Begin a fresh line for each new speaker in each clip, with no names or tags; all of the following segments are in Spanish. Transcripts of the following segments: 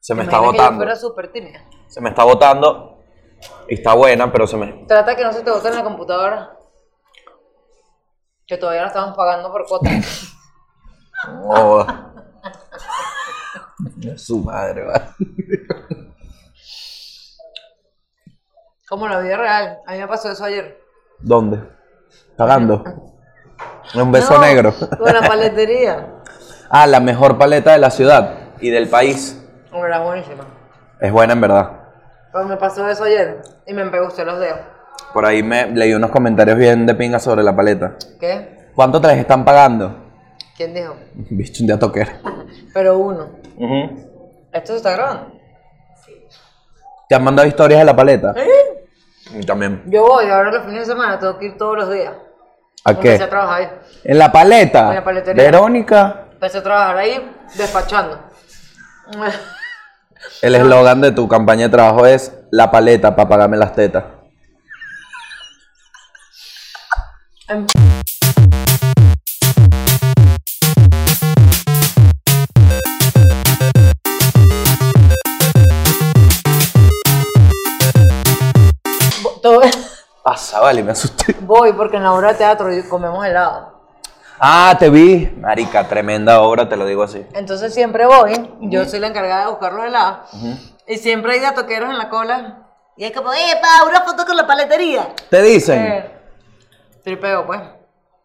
Se me está
Imagina que yo
botando.
fuera súper tímida.
Se me está botando. Y está buena, pero se me.
Trata que no se te bote en la computadora. Que todavía no estamos pagando por cuotas.
Oh. Su madre, va.
Como en la vida real. A mí me pasó eso ayer.
¿Dónde? Pagando. Un beso
No,
negro.
Con la paletería.
Ah, la mejor paleta de la ciudad y del país.
Hombre, era buenísima.
Es buena en verdad.
Pero me pasó eso ayer y me empegusté los dedos.
Por ahí me leí unos comentarios bien de pinga sobre la paleta.
¿Qué?
¿Cuánto te les están pagando?
¿Quién dijo?
Bicho, un día toquer.
Pero uno. ¿Esto se está grabando?
¿Te han mandado historias de la paleta?
¿Eh?
También.
Yo voy, ahora los fines de semana tengo que ir todos los días.
¿A
Empecé a
qué?
trabajar ahí.
En la paleta.
En la paletería.
Verónica,
Empecé a trabajar ahí despachando.
el
Ah.
eslogan de tu campaña de trabajo es la paleta para pagarme las tetas.
Em- Vo- todo-
Pasa, vale, me asusté.
Voy porque en la obra de teatro yo- comemos helado.
Ah, te vi. Marica, tremenda obra, te lo digo así.
Entonces siempre voy, yo soy la encargada de buscar los helados. Y siempre hay gatoqueros en la cola. Y es como, ¡epa! Una foto con la paletería.
Te dicen,
Eh, Tripeo, pues.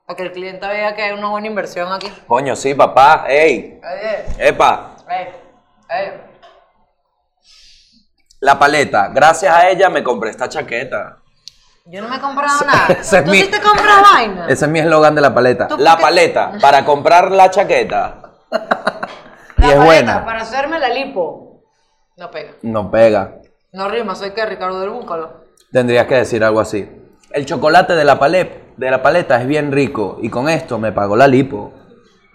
Para que el cliente vea que hay una buena inversión aquí.
coño, sí, papá, ey,
Oye,
epa,
ey, ey.
la paleta. Gracias a ella me compré esta chaqueta.
Yo no me he comprado nada.
ese es
¿Tú
mi-
sí te compras vaina?
Ese es mi eslogan de la paleta.
¿Tú por
La
qué?
paleta, para comprar la chaqueta. y
La
es
paleta
buena.
Para hacerme la lipo. No pega.
No pega.
No rima, soy que Ricardo del Búcalo.
Tendrías que decir algo así. El chocolate de la, palep- de la paleta es bien rico y con esto me pagó la lipo.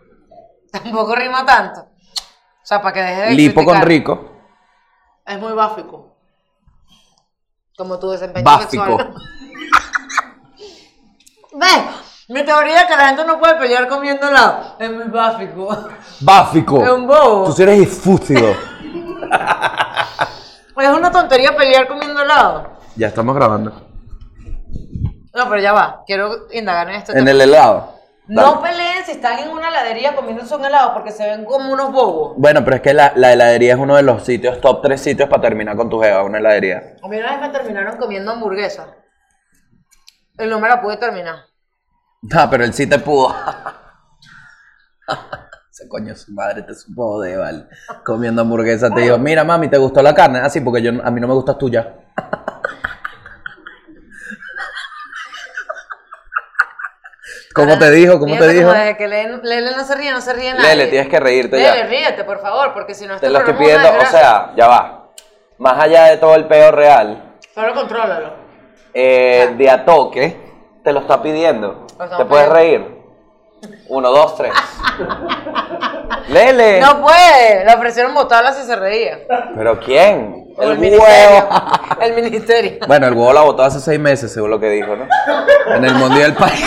Tampoco rima tanto. O sea, para que deje de
Lipo con
Eh, criticar.
rico.
Es muy báfico. Como tu desempeño
Báfico.
sexual. ¿Ves? Mi teoría es que la gente no puede pelear comiendo helado. Es muy báfico.
Báfico.
Es un bobo.
Tú sí eres infúcido.
Es una tontería pelear comiendo helado.
ya estamos grabando.
No, pero ya va. Quiero indagar en este esto.
En el helado. Dale.
No peleen si están en una heladería comiéndose un helado porque se ven como unos bobos.
Bueno, pero es que la, la heladería es uno de los sitios, top tres sitios para terminar con tu jeva, una heladería.
A mí una vez me terminaron comiendo hamburguesa. Y no me la pude terminar.
Ah, pero él sí te pudo. Ese coño su madre te supo joder, vale. Comiendo hamburguesa, te digo, mira mami, ¿te gustó la carne? Así, porque yo, a mí no me gustas tuya. ¿Cómo te dijo? ¿Cómo
Fíjate
te dijo?
como desde que Lele, Lele no se ríe, no se ríe nadie.
Lele, tienes que reírte
Lele,
ya.
ríete, por favor, porque si no este
Te lo estoy
programa es
pidiendo,
una
o
desgracia.
sea, ya va. Más allá de todo el peo real,
Solo contrólalo.
eh, de a toque, te lo está pidiendo.
Lo
¿Te
estamos
puedes
pidiendo.
reír? Uno, dos, tres. Lele.
No puede, le ofrecieron botarla si se reía.
¿Pero quién?
O ministerio. El ministerio.
Bueno, el huevo la votó hace seis meses, según lo que dijo, ¿no? En el Mundial País.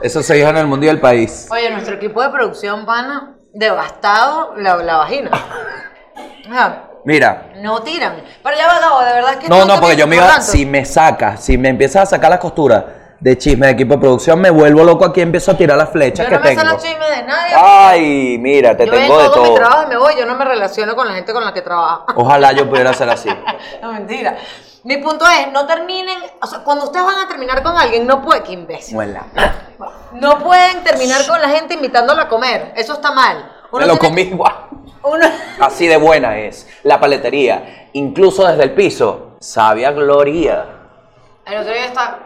Eso se dijo en el Mundial País.
Oye, nuestro equipo de producción, pana, devastado la, la vagina. O sea,
Mira.
No tiran. Pero ya va, Gabo, de verdad es que.
No,
tú
no, porque
también
yo me
por
iba.
tanto.
Si me sacas, si me empiezas a sacar las costuras de chisme de equipo de producción, me vuelvo loco aquí y empiezo a tirar las flechas
Yo
que
no me sé
tengo.
los chismes de nadie.
Ay, mira, te
yo
tengo de
vengo, hago mi
todo.
trabajo y me voy. Yo no me relaciono con la gente con la que trabajo.
Ojalá yo pudiera ser así.
no, mentira. Mi punto es: no terminen. O sea, cuando ustedes van a terminar con alguien, no pueden. ¡Qué imbécil!
Muela.
No pueden terminar con la gente invitándola a comer. Eso está mal.
Me lo
tiene-
comí guau.
uno-
Así de buena es la paletería, incluso desde el piso, sabia gloria.
El otro día estaba.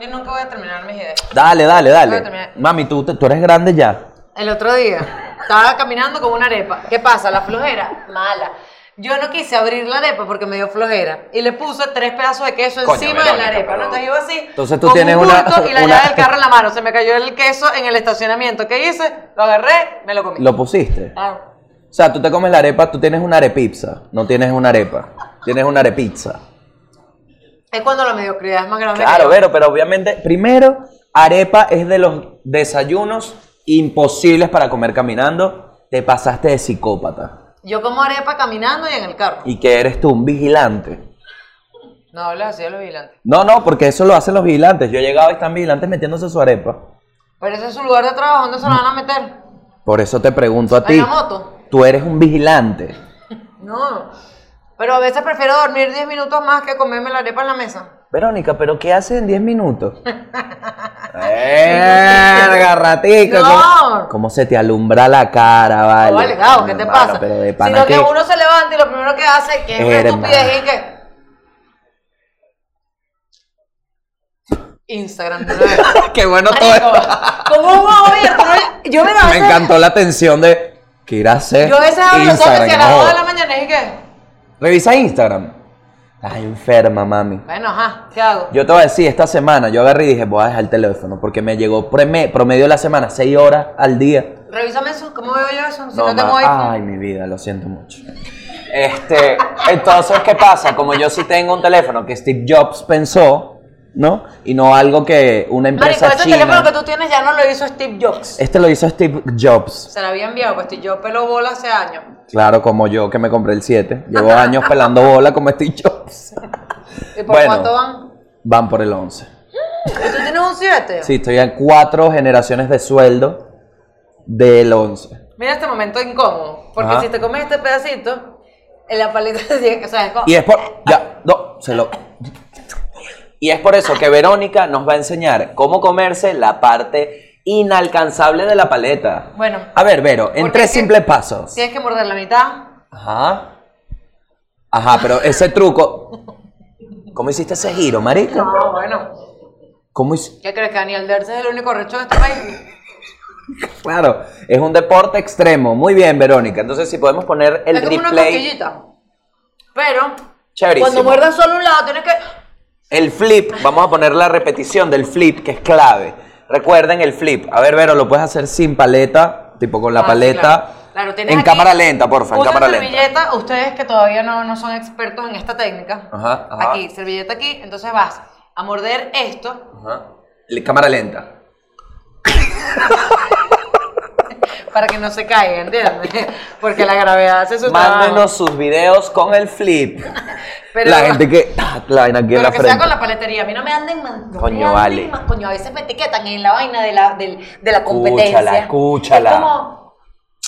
Yo nunca voy a terminar mis ideas.
Dale, dale,
Voy a
dale.
terminar.
Mami, tú, te- tú eres grande ya.
El otro día estaba caminando con una arepa. ¿Qué pasa? La flojera, mala. Yo no quise abrir la arepa porque me dio flojera. Y le puse tres pedazos de queso
Coño,
encima de
Verónica,
la arepa.
pero-
¿no? Entonces iba así.
Entonces tú
con
tienes
un
una-
bulto y la
una-
llave del carro en la mano. Se me cayó el queso en el estacionamiento. ¿Qué hice? Lo agarré, me lo comí.
Lo pusiste.
Ah,
O sea, tú te comes la arepa, tú tienes una arepizza. No tienes una arepa. Tienes una arepizza.
Es cuando la mediocridad es más grande. que
Claro,
yo.
Vero, pero obviamente, primero, arepa es de los desayunos imposibles para comer caminando. Te pasaste de psicópata.
Yo como arepa caminando y en el carro.
Y que eres tú, un vigilante.
No hablas así de los vigilantes.
No, no, porque eso lo hacen los vigilantes. Yo he llegado y están vigilantes metiéndose su arepa.
Pero ese es su lugar de trabajo, ¿dónde se lo van a meter?
Por eso te pregunto a
¿En
ti.
la moto?
Tú eres un vigilante.
No. Pero a veces prefiero dormir 10 minutos más que comerme la arepa en la mesa.
Verónica, ¿pero qué haces en 10 minutos? ¡Verga, ratica!
No.
¿cómo, cómo se te alumbra la cara, vale?
No vale, Gabo, ¿qué
No,
te
hermano,
pasa?
Pero de pana
Sino que
que-
uno se levanta y lo primero que hace que es una
Hermano.
estupidez y que. Instagram de una vez.
¡Qué bueno todo
Marico,
esto!
Con un ojo abierto. ¿no? Yo me
Me encantó la atención de... ¿Qué irá a hacer?
Yo a veces abro los ojos y a
Instagram,
las
ojo.
2 de la mañana y que.
Revisa Instagram. Estás enferma, mami.
Bueno, ajá, ¿qué hago?
Yo te voy a decir, esta semana yo agarré y dije, voy a dejar el teléfono porque me llegó preme- promedio de la semana, 6 horas al día.
Revísame eso, ¿cómo veo yo eso? Si
No, ma-
no,
ah,
tengo iPhone.
Ay, mi vida, lo siento mucho. Este, entonces, ¿qué pasa? Como yo sí tengo un teléfono que Steve Jobs pensó, ¿no? Y no algo que una
Marico,
empresa
ese
china...
teléfono que tú tienes ya no lo hizo Steve Jobs.
Este lo hizo Steve Jobs.
Se la había enviado, pues Steve Jobs peló bola hace años.
Claro, como yo que me compré el 7. Llevo años pelando bola como Steve Jobs.
¿Y por
Bueno.
cuánto van?
Van por el 11.
¿Y tú tienes un 7?
Sí, estoy en cuatro generaciones de sueldo del 11.
Mira este momento incómodo, porque
Ajá.
si te comes este pedacito, en la paleta se llega, o sea, es como...
Y es por. Ya, no, se lo. Y es por eso que Verónica nos va a enseñar cómo comerse la parte inalcanzable de la paleta.
Bueno.
A ver, Vero, en
Porque
tres
es que-
simples pasos.
Tienes que morder la mitad.
Ajá. Ajá, pero ese truco. ¿Cómo hiciste ese giro, marica?
No, Ah, bueno.
¿Cómo hici-
¿Qué crees que Daniel Derce es el único recho de este país?
Claro, es un deporte extremo. Muy bien, Verónica. Entonces, si podemos poner el
es como una
replay.
cosquillita. Pero,
Chéverísimo.
cuando muerdas solo un lado, tienes que...
El flip, vamos a poner la repetición del flip, que es clave. Recuerden el flip. A ver, Vero, lo puedes hacer sin paleta, tipo con la
Ah, sí,
paleta.
claro. Claro, tienes
en
aquí-
cámara lenta, porfa, en
Usa
cámara lenta.
servilleta, ustedes que todavía no, no son expertos en esta técnica.
Ajá, ajá.
Aquí, servilleta aquí, entonces vas a morder esto.
Ajá. Le- Cámara lenta.
Para que no se caiga, ¿entiendes? Porque la gravedad hace su trabajo.
Mándenos sus videos con el flip.
Pero-
la gente que. ah, La vaina aquí en
Pero
la
que
frente.
sea con la paletería. A mí no me anden man- no
Coño,
me anden
vale.
man- Coño, a veces me etiquetan en la vaina de la, del- de la
Escúchala,
competencia.
escúchala.
Es como,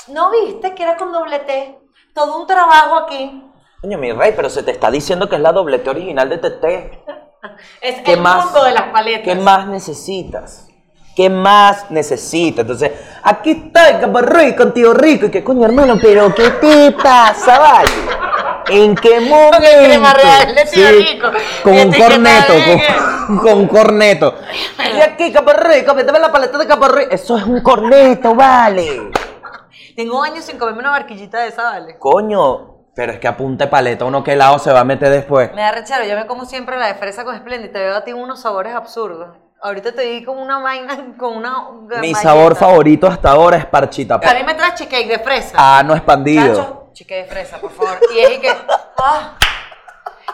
¿no viste que era con doble T? Todo un trabajo aquí.
Coño, mi rey, pero se te está diciendo que es la doble T original de TT.
Es
¿Qué
el
más?
mundo de las paletas.
¿Qué más necesitas? ¿Qué más necesitas? Entonces, aquí está el camarrey con tío rico. Y que coño, hermano, pero ¿qué te pasa, vale? ¿En qué momento?
Con el crema real de Tío Rico.
Con un
Etiqueta
corneto,
de-
con, con un corneto. Y aquí, camarrey, dame la paleta de camarrey. Eso es un corneto, vale.
Tengo años sin comerme una barquillita de ¿eh? esa, vale.
Coño, pero es que apunte paleta, uno que lado se va a meter después.
Me da rechero, yo me como siempre la de fresa con Splendid. Te veo a ti unos sabores absurdos. Ahorita te vi con una vaina, con una.
Mi
galleta.
sabor favorito hasta ahora es parchita.
A mí me traes cheesecake de fresa.
Ah, no expandido.
Chacho, chique de fresa, por favor. Y es y que, ah,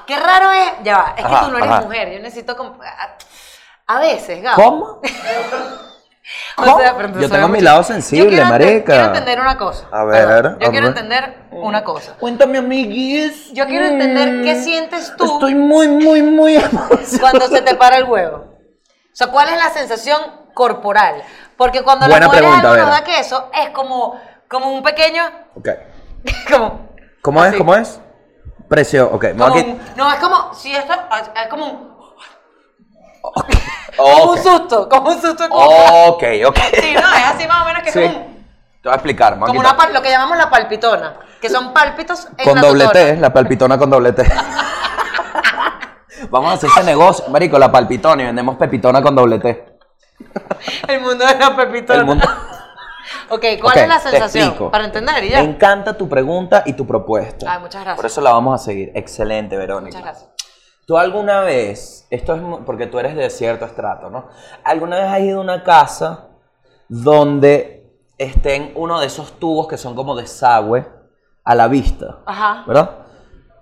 qué raro es. Ya va, es que
Ajá,
tú no eres
ajá.
mujer. Yo necesito. comp- A, a veces, Gabo.
¿Cómo? ¿Cómo?
pero entonces
Yo tengo
soy
mi
mucho-
lado sensible,
Yo quiero ente-
marica.
Quiero entender una cosa.
A ver,
Perdón, Yo
a
quiero
ver.
entender una cosa.
Cuéntame, amiguis. Mm,
Yo quiero entender qué sientes tú
Estoy muy, muy, muy emocionado.
cuando se te para el huevo. O sea, ¿cuál es la sensación corporal? Porque cuando
Buena
la mujer
pregunta,
algo nos
Vera.
da queso, es como, como un pequeño.
Ok.
Como,
¿Cómo es?
así.
¿Cómo es? Precio, ok. me voy
Como
aquí.
un- no, es como, si esto, es como un, como
Ok,
un susto, como un susto. Como
ok. ok.
Sí, no, es así más o menos que
Sí.
es
Te
como, un-
voy a explicar. me voy a
como
quitar.
una, pal- lo que llamamos la palpitona, que son pálpitos en
Con
la
doble
totona.
T, la palpitona con doble T. Vamos a hacer ese negocio, marico, la palpitona y vendemos pepitona con doble T.
El mundo de la palpitona.
El mundo...
Ok,
Ok,
¿cuál es la
te
sensación?
explico.
Para entender y
Me
ya.
encanta tu pregunta y tu propuesta.
Ay, muchas gracias.
Por eso la vamos a seguir. Excelente, Verónica.
Muchas gracias.
¿Tú alguna vez, esto es mu- porque tú eres de cierto estrato, ¿no? ¿Alguna vez has ido a una casa donde estén uno de esos tubos que son como desagüe a la vista?
Ajá.
¿Verdad?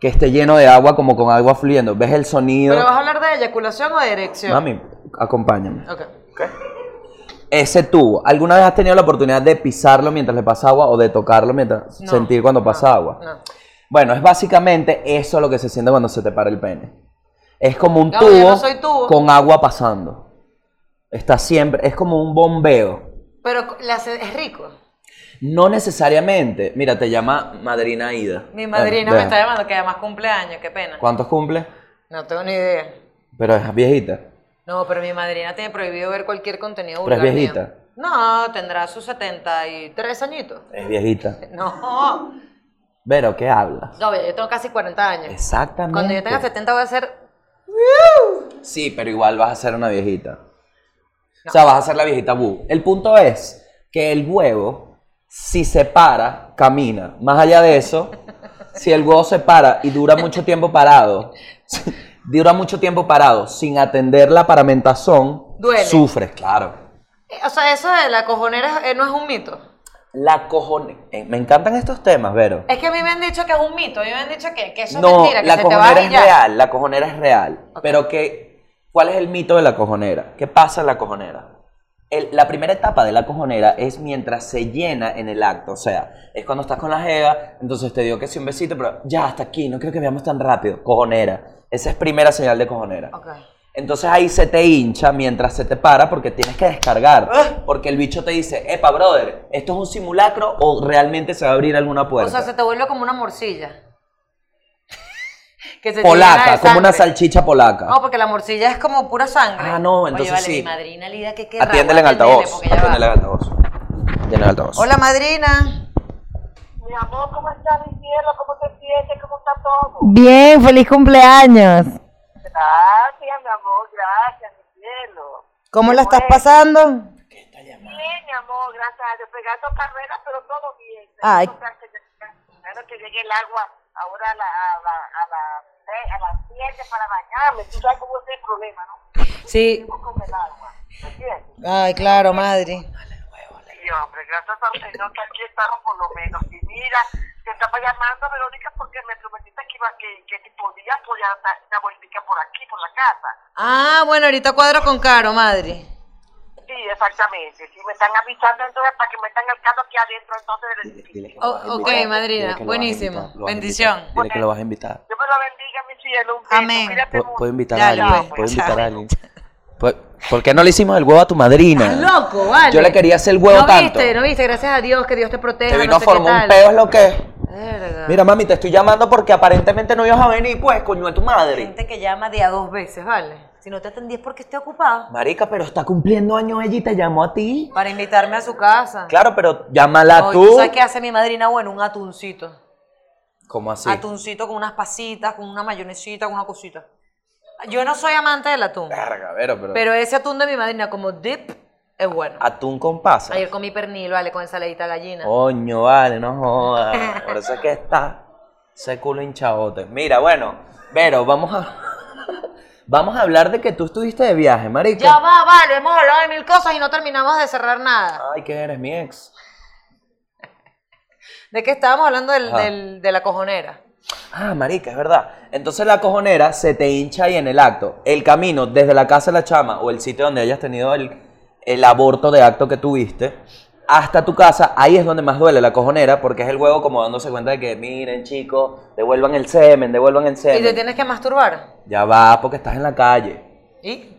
Que esté lleno de agua, como con agua fluyendo. ¿Ves el sonido?
¿Pero vas a hablar de eyaculación o de erección?
Mami, acompáñame.
Ok.
Ese tubo, ¿alguna vez has tenido la oportunidad de pisarlo mientras le pasa agua o de tocarlo mientras
No,
sentir cuando pasa
no,
agua?
no.
Bueno, es básicamente eso lo que se siente cuando se te para el pene. Es como un
No, yo
tubo,
no soy tubo.
con agua pasando. Está siempre, es como un bombeo.
Pero la se- es rico.
No necesariamente. Mira, te llama madrina Ida.
Mi madrina
Bueno,
me está
deja.
llamando que además cumpleaños, qué pena.
¿Cuántos cumple?
No tengo ni idea.
Pero es viejita.
No, pero mi madrina tiene prohibido ver cualquier contenido
Pero es
vulgar. mío.
viejita.
No, tendrá sus 73 añitos.
Es viejita.
No,
Pero, ¿qué hablas?
no, yo tengo casi 40 años.
Exactamente.
Cuando yo tenga 70 voy a ser...
Sí, pero igual vas a ser una viejita. O sea, vas a ser la viejita bu. El punto es que el huevo, si se para, camina. Más allá de eso, si el huevo se para y dura mucho tiempo parado, dura mucho tiempo parado sin atender la paramentación,
Duele.
sufres, claro.
Eh, O sea, eso de la cojonera eh, no es un mito.
La cojone... eh, Me encantan estos temas, Vero.
Es que a mí me han dicho que es un mito. A mí me han dicho que, que eso es
no,
mentira, que
la
se te va
cojonera
y
es
ya.
real, la cojonera es real. Pero que, ¿cuál es el mito de la cojonera? ¿Qué pasa en la cojonera? El- la primera etapa de la cojonera es mientras se llena en el acto. O sea, es cuando estás con la jeva, entonces te dio que sí un besito, pero ya hasta aquí, no creo que veamos tan rápido. Cojonera. Esa es primera señal de cojonera.
Ok.
Entonces ahí se te hincha mientras se te para porque tienes que descargar.
Ah.
Porque el bicho te dice, epa, brother, ¿esto es un simulacro o realmente se va a abrir alguna
O
puerta?
sea, se te vuelve como una morcilla. que se te llena de
polaca, como una
sangre.
salchicha polaca.
No, porque la morcilla es como pura sangre.
Ah, no, entonces
Oye, vale,
sí.
mi madrina Lida, que qué
Atiéndele en
raro, atiéndele,
altavoz.
porque ya va.
Atiéndele en altavoz. Atiéndele en altavoz.
Hola, madrina.
Mi amor, ¿cómo estás, mi cielo? ¿Cómo te sientes? ¿Cómo está todo?
Bien, feliz cumpleaños.
Gracias, mi amor, gracias, mi cielo.
¿Cómo la estás pasando?
Bien, mi amor, gracias a Dios. Pegando carreras, pero todo bien.
Ay.
Claro que llegue el agua ahora a, la, a, la, a, la, a las 7 para bañarme. Tú sabes cómo es el problema, ¿no?
Sí.
Con el agua. ¿me entiendes?
Ay, claro, madre.
Sí, hombre, gracias al Señor que aquí estaron por lo menos. Y mira, te estaba llamando, Verónica, porque me prometiste que, iba, que, que podías apoyar una vueltica por aquí, por la casa.
Ah, bueno, ahorita cuadro con Caro, madre.
Sí, exactamente. Sí, me están avisando entonces para que me estén el aquí adentro entonces del edificio.
que
Oh,
lo vas a
ok,
invitar, dile
madrina,
que lo vas a
buenísimo,
invitar, lo vas a
bendición.
invitar, Dile que lo vas a invitar.
Dios me lo bendiga, mi cielo. Un beso.
Amén.
Cuídate
Pu-
mucho.
Puedo invitar a
Dale,
alguien.
pues,
Puedo invitar
chao.
a alguien. Pu- ¿Por qué no le hicimos el huevo a tu
Ah,
madrina?
Loco, vale.
Yo le quería hacer el huevo
no
tanto.
viste, no viste, gracias a Dios, que Dios te proteja.
Te vino
no
a
sé qué
formar un
tal. Ah.
peo, es lo que es.
Verga.
Mira, mami, te estoy llamando porque aparentemente no ibas a venir, pues, coño de tu madre.
gente que llama de a dos veces, vale. Si no te atendí es porque estoy ocupada.
Marica, pero está cumpliendo años ella y te llamó a ti.
Para invitarme a su casa.
Claro, pero llámala
Ah. Oye,
tú.
¿Sabes qué hace mi madrina? Bueno, un atuncito.
¿Cómo así?
Atuncito con unas pasitas, con una mayonesita, con una cosita. Yo no soy amante del atún,
Verga, Vero, pero...
pero ese atún de mi madrina como dip es bueno.
Atún con pasa.
Ayer comí pernil, vale, con ensaladita gallina.
Coño, vale, no jodas. Por eso es que está ese culo hinchabote. Mira, bueno, pero vamos a. Vamos a hablar de que tú estuviste de viaje, marica.
Ya va, vale, hemos hablado de mil cosas y no terminamos de cerrar nada.
Ay, que eres mi ex.
¿De qué estábamos hablando del-
Ajá.
del- de la cojonera?
Ah, marica, es verdad. Entonces la cojonera se te hincha ahí en el acto. El camino desde la casa de la chama o el sitio donde hayas tenido el, el aborto de acto que tuviste hasta tu casa, ahí es donde más duele la cojonera porque es el huevo como dándose cuenta de que miren chicos, devuelvan el semen, devuelvan el
Y te
semen.
tienes que masturbar.
Ya va porque estás en la calle.
¿Y?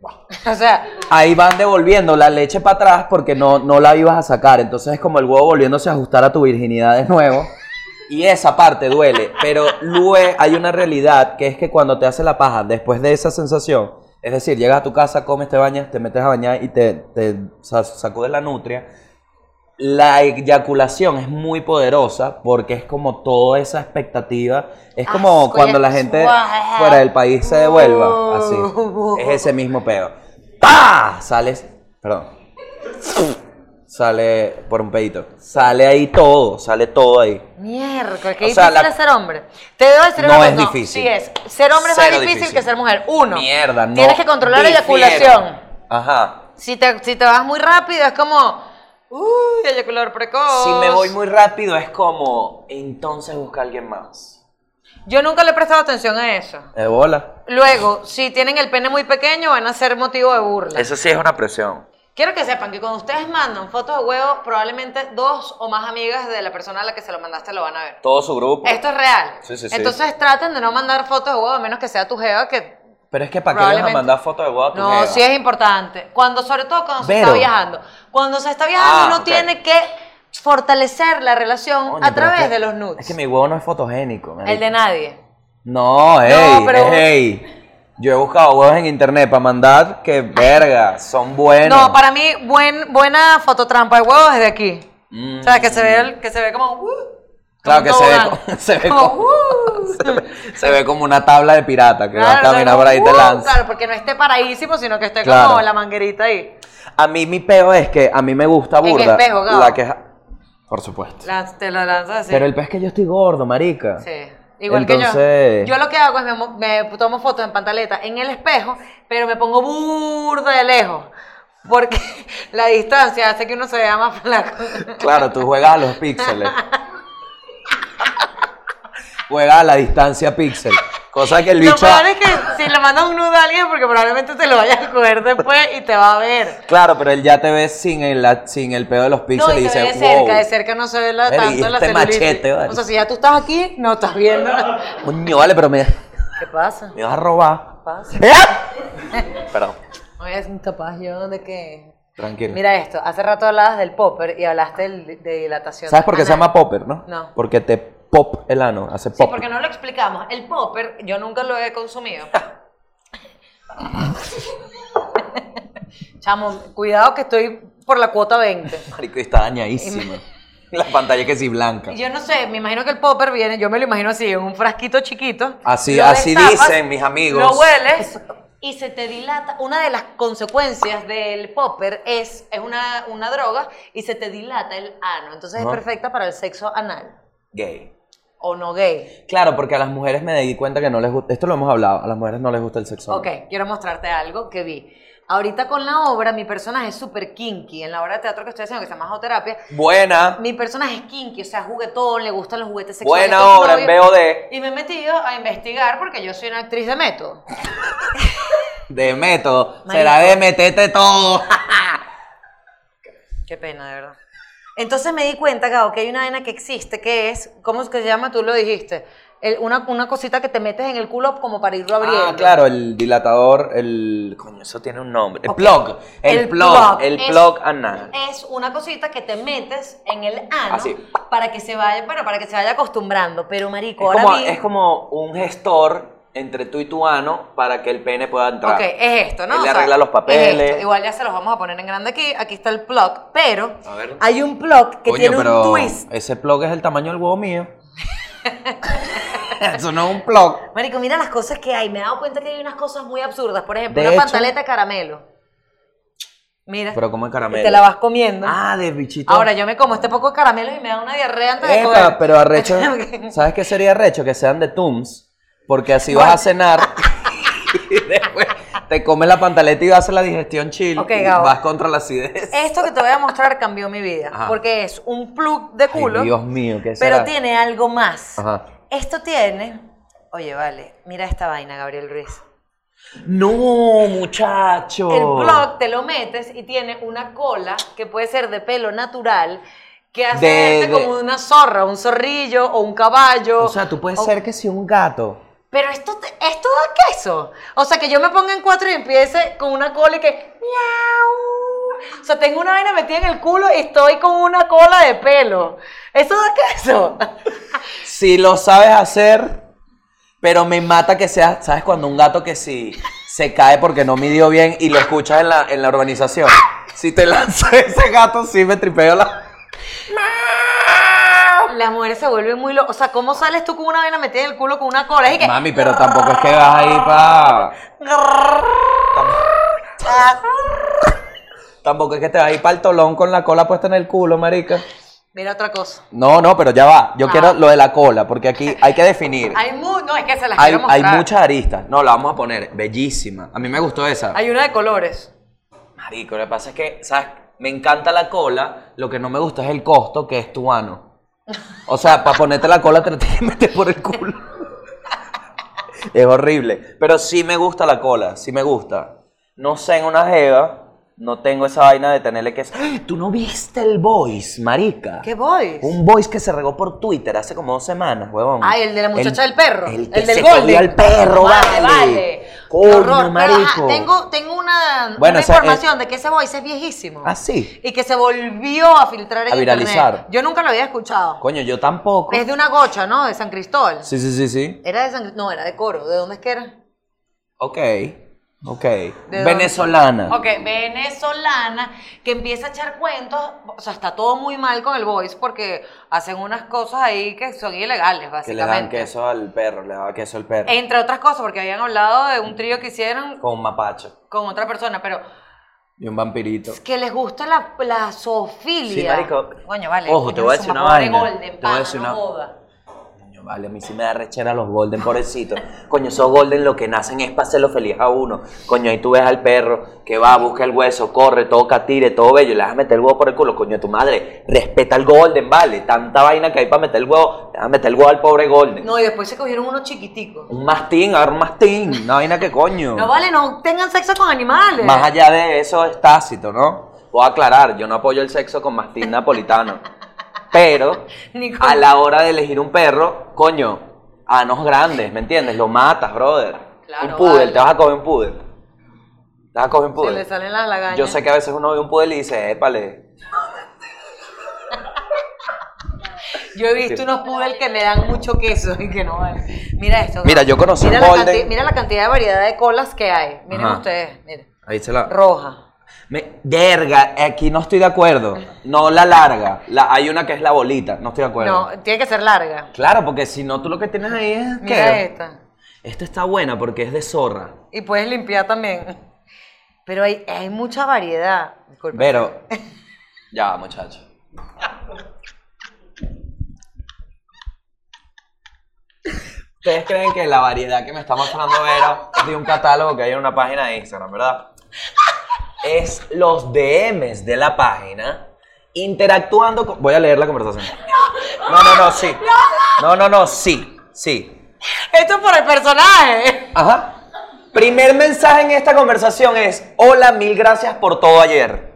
o sea,
Ahí van devolviendo la leche para atrás porque no, no la ibas a sacar. Entonces es como el huevo volviéndose a ajustar a tu virginidad de nuevo. Y esa parte duele. Pero luego hay una realidad que es que cuando te hace la paja, después de esa sensación, es decir, llegas a tu casa, comes, te bañas, te metes a bañar y te, te sa- sacudes la nutria, la eyaculación es muy poderosa porque es como toda esa expectativa. Es como
Asco,
cuando
ya-
la gente
Guau.
fuera del país se devuelva. Así.
Wow.
Es ese mismo pedo. ¡Pah! Sales. Perdón. Sale por un pedito. Sale ahí todo. Sale todo ahí.
Miércoles, qué
O
difícil
sea, la-
es ser hombre. Te debo decir una
No
cosa,
es difícil.
Sí es. Ser hombre es más
Cero
difícil,
difícil.
que ser mujer. Uno.
Mierda, no.
Tienes que controlar la
difiero.
eyaculación.
Ajá.
Si te, si te vas muy rápido es como, uy, eyaculador precoz.
Si me voy muy rápido es como. Entonces busca a alguien más.
Yo nunca le he prestado atención a eso.
De bola.
Luego, si tienen el pene muy pequeño, van a ser motivo de burla.
Eso sí es una presión.
Quiero que sepan que cuando ustedes mandan fotos de huevo, probablemente dos o más amigas de la persona a la que se lo mandaste lo van a ver.
Todo su grupo.
Esto es real.
Sí, sí, sí.
Entonces traten de no mandar fotos de huevo, a menos que sea tu jeva que...
Pero es que para qué le vas a
probablemente-
mandar fotos de boda a tu
No,
jeva?
sí es importante. Cuando, sobre todo cuando se
Pero-
está viajando. Cuando se está viajando
Ah,
uno
ok.
tiene que fortalecer la relación
Coño, pero
a
es
través
que-
de los nudes.
Es que mi huevo no es fotogénico. marico.
El de nadie.
No, hey,
pero-
Yo he buscado huevos en internet para mandar que verga, son buenos.
No, para mí, buen, buena fototrampa de huevos es de aquí.
Mm.
O sea, que se ve, el- que se ve como... uh, como
Claro
un
que se ve,
tobogán.
co- se ve
Como,
como,
uh.
se ve- se ve como una tabla de pirata que va a
Claro,
caminar
claro,
por ahí y te
uh,
lanza.
Claro, porque no esté paradísimo, sino que esté
Claro.
como la manguerita ahí.
A mí mi peo es que a mí me gusta
En el
burda.
espejo, Gabo.
la que Por supuesto.
La- te la lanzas así.
Pero el peo es que yo estoy gordo, marica.
Sí. Igual que
Entonces-
yo. Yo lo que hago es me, mo- me tomo fotos en pantaleta en el espejo, pero me pongo burda de lejos. Porque la distancia hace que uno se vea más flaco.
Claro, tú juegas a los píxeles. juegas a la distancia píxel. Cosa que el
Lo
bicho.
peor es que si le mandas un nudo a alguien, porque probablemente te lo vayas a coger después y te va a ver.
Claro, pero él ya te ve sin el, la- sin el pedo de los
No,
píxeles
y
y
se
dice,
ve de
wow.
cerca, de cerca no se ve la,
Pero, ¿y
tanto la
este
celulitis.
machete, vale?
O sea, si ya tú estás aquí, no estás viendo.
Coño, vale, pero me,
¿Qué pasa?
me vas a robar.
¿Qué pasa?
¡Eh! Perdón,
No es incapaz yo de que...
tranquilo.
Mira esto, hace rato hablabas del popper y hablaste del- de dilatación.
¿Sabes por qué se
anal.
llama popper, no?
No.
Porque te pop el ano, hace
Sí,
pop.
porque no lo explicamos. El popper, yo nunca lo he consumido. Chamo, cuidado que estoy por la cuota 20.
Marico, y está dañadísima. La pantalla que sí blanca.
Yo no sé, me imagino que el popper viene, yo me lo imagino así, en un frasquito chiquito.
Así-
Lo
así dicen mis amigos.
Lo hueles y se te dilata. Una de las consecuencias del popper es, es una, una droga y se te dilata el ano. Entonces
Ajá.
es perfecta para el sexo anal
Gay.
o no gay.
Claro, porque a las mujeres me di cuenta que no les gusta. Esto lo hemos hablado. A las mujeres no les gusta el sexo.
Ok, quiero mostrarte algo que vi. Ahorita con la obra, mi personaje es súper kinky. En la obra de teatro que estoy haciendo, que se llama Joterapia,
Buena.
mi personaje es kinky, o sea, juguetón, le gustan los juguetes sexuales.
Buena
es un
obra en
novio.
BOD.
Y me he metido a investigar porque yo soy una actriz de método.
De método.
Marico.
Será de metete todo.
Qué pena, de verdad. Entonces me di cuenta, Gabo, que hay una vaina que existe, que es, ¿cómo es que se llama? Tú lo dijiste. El- una, una cosita que te metes en el culo como para irlo abriendo.
Ah, claro, el dilatador, el. Coño, eso tiene un nombre. El
Ok.
plug. El,
El
plug.
plug.
El
Es-
plug anal.
Es una cosita que te metes en el ano
Así.
para que se vaya, bueno, para que se vaya acostumbrando. Pero marico,
Es
ahora
como,
vi-
es como un gestor entre tú y tu ano para que el pene pueda entrar.
Ok, es esto, ¿no?
Él le
O sea,
arregla los
es
papeles.
esto. Igual ya se los vamos a poner en grande aquí. Aquí está el plug, pero
A ver.
hay un plug que
Coño,
tiene
pero
un twist.
Ese plug es el tamaño del huevo mío. Eso no es un plug.
Marico, mira las cosas que hay. Me he dado cuenta que hay unas cosas muy absurdas. Por ejemplo,
De
una
hecho-
pantaleta de caramelo. Mira,
Pero como en caramelo.
y te la vas comiendo.
Ah, de bichito.
Ahora yo me como este poco de caramelo y me da una diarrea antes de
Epa,
comer.
pero arrecho. ¿Sabes qué sería arrecho? Que sean de Tums. Porque así vas a cenar. y después te comes la pantaleta y vas a hacer la digestión chill.
Ok,
y
Gabo.
vas contra la acidez.
Esto que te voy a mostrar cambió mi vida.
Ajá.
Porque es un plug de
Ay,
culo.
Dios mío, ¿qué
Pero
será?
tiene algo más.
Ajá.
Esto tiene. Oye, vale, mira esta vaina, Gabriel Ruiz.
No, muchacho.
El plug te lo metes y tiene una cola que puede ser de pelo natural que hace
De-
verte
de-
como una zorra, un zorrillo o un caballo.
O sea, tú puedes
o-
ser que si un gato.
Pero esto, te- esto da queso. O sea, que yo me ponga en cuatro y empiece con una cola y que. ¡Miau! O sea, tengo una vaina metida en el culo y estoy con una cola de pelo. Eso da queso.
Si lo sabes hacer, pero me mata que sea, ¿sabes? Cuando un gato que si se cae porque no midió bien y lo escuchas en la, en la urbanización. Si te lanza ese gato, sí me tripeo la...
Las mujeres se vuelven muy locas. O sea, ¿cómo sales tú con una vaina metida en el culo con una cola? Y que.
Mami, pero tampoco es que vas ahí pa... Tampoco es que te vas ahí para el tolón con la cola puesta en el culo, marica.
Mira otra cosa.
No, no, pero ya va. Yo
Ah.
quiero lo de la cola, porque aquí hay que definir.
Hay mu- no, es que se las
Hay,
quiero
hay
mostrar.
muchas aristas. No, la vamos a poner. Bellísima. A mí me gustó esa.
Hay una de colores.
Marico, lo que pasa es que, ¿sabes? Me encanta la cola, lo que no me gusta es el costo, que es tu ano. O sea, para ponerte la cola te la tienes que meter por el culo. Es horrible. Pero sí me gusta la cola, sí me gusta. No sé, en una jeva, no tengo esa vaina de tenerle que... ¡Ah! ¿Tú no viste el voice, marica?
¿Qué voy?
Un voice que se regó por Twitter hace como dos semanas, huevón.
Ay, el de la muchacha del perro,
El,
el
que
del
se
Golden.
cogió al perro, vale.
Vale, vale. Qué
Coño,
horror. Pero,
marico.
ajá, tengo, tengo una,
Bueno,
una
esa-
información de que ese voice es viejísimo.
Ah, sí.
Y que se volvió a filtrar en
A viralizar.
internet. Yo nunca lo había escuchado.
Coño, yo tampoco.
Es de una gocha, ¿no? De San Cristóbal.
Sí, sí, sí, sí.
Era de San Cristóbal. No, era de Coro. ¿De dónde es que era?
Ok, ok.
¿De
Venezolana.
Ok, venezolana, que empieza a echar cuentos, o sea, está todo muy mal con el voice porque hacen unas cosas ahí que son ilegales,
Que le dan
básicamente.
queso al perro, le daba queso al perro.
Entre otras cosas, porque habían hablado de un trío que hicieron
Con un mapacho
con otra persona, pero
y un vampirito.
es que les gusta la, la zoofilia.
Sí, marico.
Coño, vale.
Ojo,
coño,
te voy a
su
decir una
mamá de
vaina,
Golden,
te voy a
pana,
decir
no
una-
joda.
Coño, vale, a mí sí me da rechera los golden, pobrecito. Coño, esos golden lo que nacen es para hacerlo feliz a uno. Coño, ahí tú ves al perro que va, busca el hueso, corre, toca, tire, todo bello, y le vas a meter el huevo por el culo. Coño, tu madre, respeta al golden, vale. Tanta vaina que hay para meter el huevo, le vas a meter el huevo al pobre golden.
No, y después se cogieron unos chiquiticos.
Un mastín, agarra un mastín, una vaina que coño.
No vale, no tengan sexo con animales.
Más allá de eso es tácito, ¿no? Voy a aclarar, yo no apoyo el sexo con mastín napolitano. Pero
Ni con-
a la hora de elegir un perro, coño, anos grandes, ¿me entiendes? Lo matas, brother.
Claro,
un poodle,
vale.
te vas a comer un poodle. Te vas a comer un
Se
poodle.
le salen las lagañas.
Yo sé que a veces uno ve un poodle y dice, épale.
Yo he visto unos poodles que le dan mucho queso y que no vale. Mira esto.
Mira, yo conocí
mira
un
la,
golden.
cantidad, mira la cantidad de variedad de colas que hay. Miren
Ajá.
ustedes, miren.
Ahí se la...
Roja.
Me- Verga, aquí no estoy de acuerdo. No la larga. La... Hay una que es la bolita, no estoy de acuerdo.
No, tiene que ser larga.
Claro, porque si no, tú lo que tienes ahí es...
Mira
¿qué?
esta.
Esta está buena porque es de zorra.
Y puedes limpiar también. Pero hay, hay mucha variedad. Disculpa.
Pero. Ya, va, muchacho. Ustedes creen que la variedad que me está mostrando Vero es de un catálogo que hay en una página de Instagram, ¿verdad? Es los DMs de la página interactuando con. Voy a leer la conversación. No, no, no, sí. No, no, no, sí. Sí.
Esto es por el personaje.
Ajá. Primer mensaje en esta conversación es: Hola, mil gracias por todo ayer.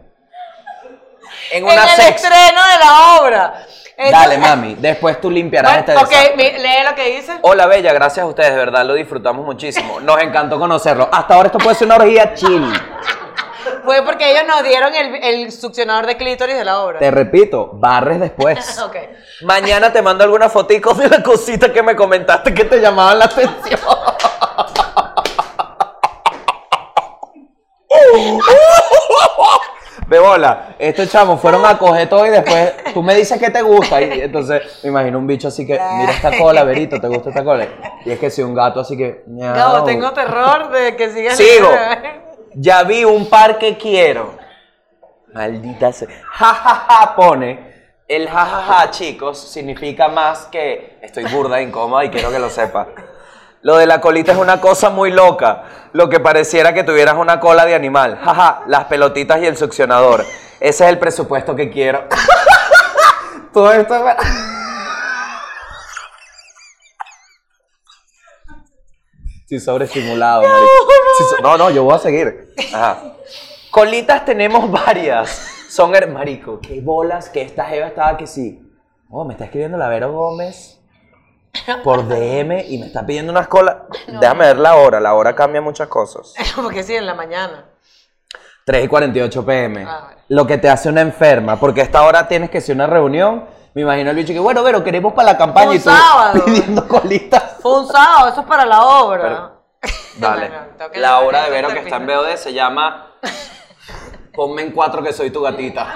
En
en
una
el
sex.
estreno de la obra.
Dale,
Entonces-
mami, después tú limpiarás
Bueno,
este
ok,
desastre.
mi- lee lo que dice.
Hola, Bella, gracias a ustedes, de verdad lo disfrutamos muchísimo. Nos encantó conocerlo. Hasta ahora esto puede ser una orgía chill.
Fue porque ellos nos dieron el, el succionador de clítoris de la obra.
Te repito, barres después.
Ok.
Mañana te mando alguna fotico de la cosita que me comentaste que te llamaban la atención. Bebola, estos chamos fueron a coger todo y después tú me dices que te gusta. Y entonces me imagino un bicho así que, mira esta cola, Verito, ¿te gusta esta cola? Y es que si un gato así que.
Gabo,
miau.
tengo terror de que sigas.
Sigo. Ya vi un par que quiero. Maldita sea. Ja, ja, ja, pone. El ja, ja, ja, chicos, significa más que estoy burda, incómoda y quiero que lo sepa. Lo de la colita es una cosa muy loca. Lo que pareciera que tuvieras una cola de animal. Jaja, las pelotitas y el succionador. Ese es el presupuesto que quiero. Todo esto es para- Estoy sobreestimulado, marico. Estoy so- No, no, yo voy a seguir. Ajá. Colitas tenemos varias. Son her- marico, qué bolas que esta jeva estaba que sí. Oh, me está escribiendo la Vero Gómez por DM y me está pidiendo unas colas. Déjame ver la hora, la hora cambia muchas cosas.
Porque sí, en la mañana.
3 y 48 pm.
Ah, vale.
Lo que te hace una enferma, porque a esta hora tienes que ser una reunión. Me imagino el bicho que, bueno, Vero, queremos para la campaña
Un
y tú
sábado.
pidiendo colitas.
Fue un sábado, eso es para la obra.
Pero- Dale.
Bueno, tengo que
la
leer
obra de
esto
Vero
hasta
que
el
está en
final.
BOD se llama Ponme en cuatro que soy tu gatita.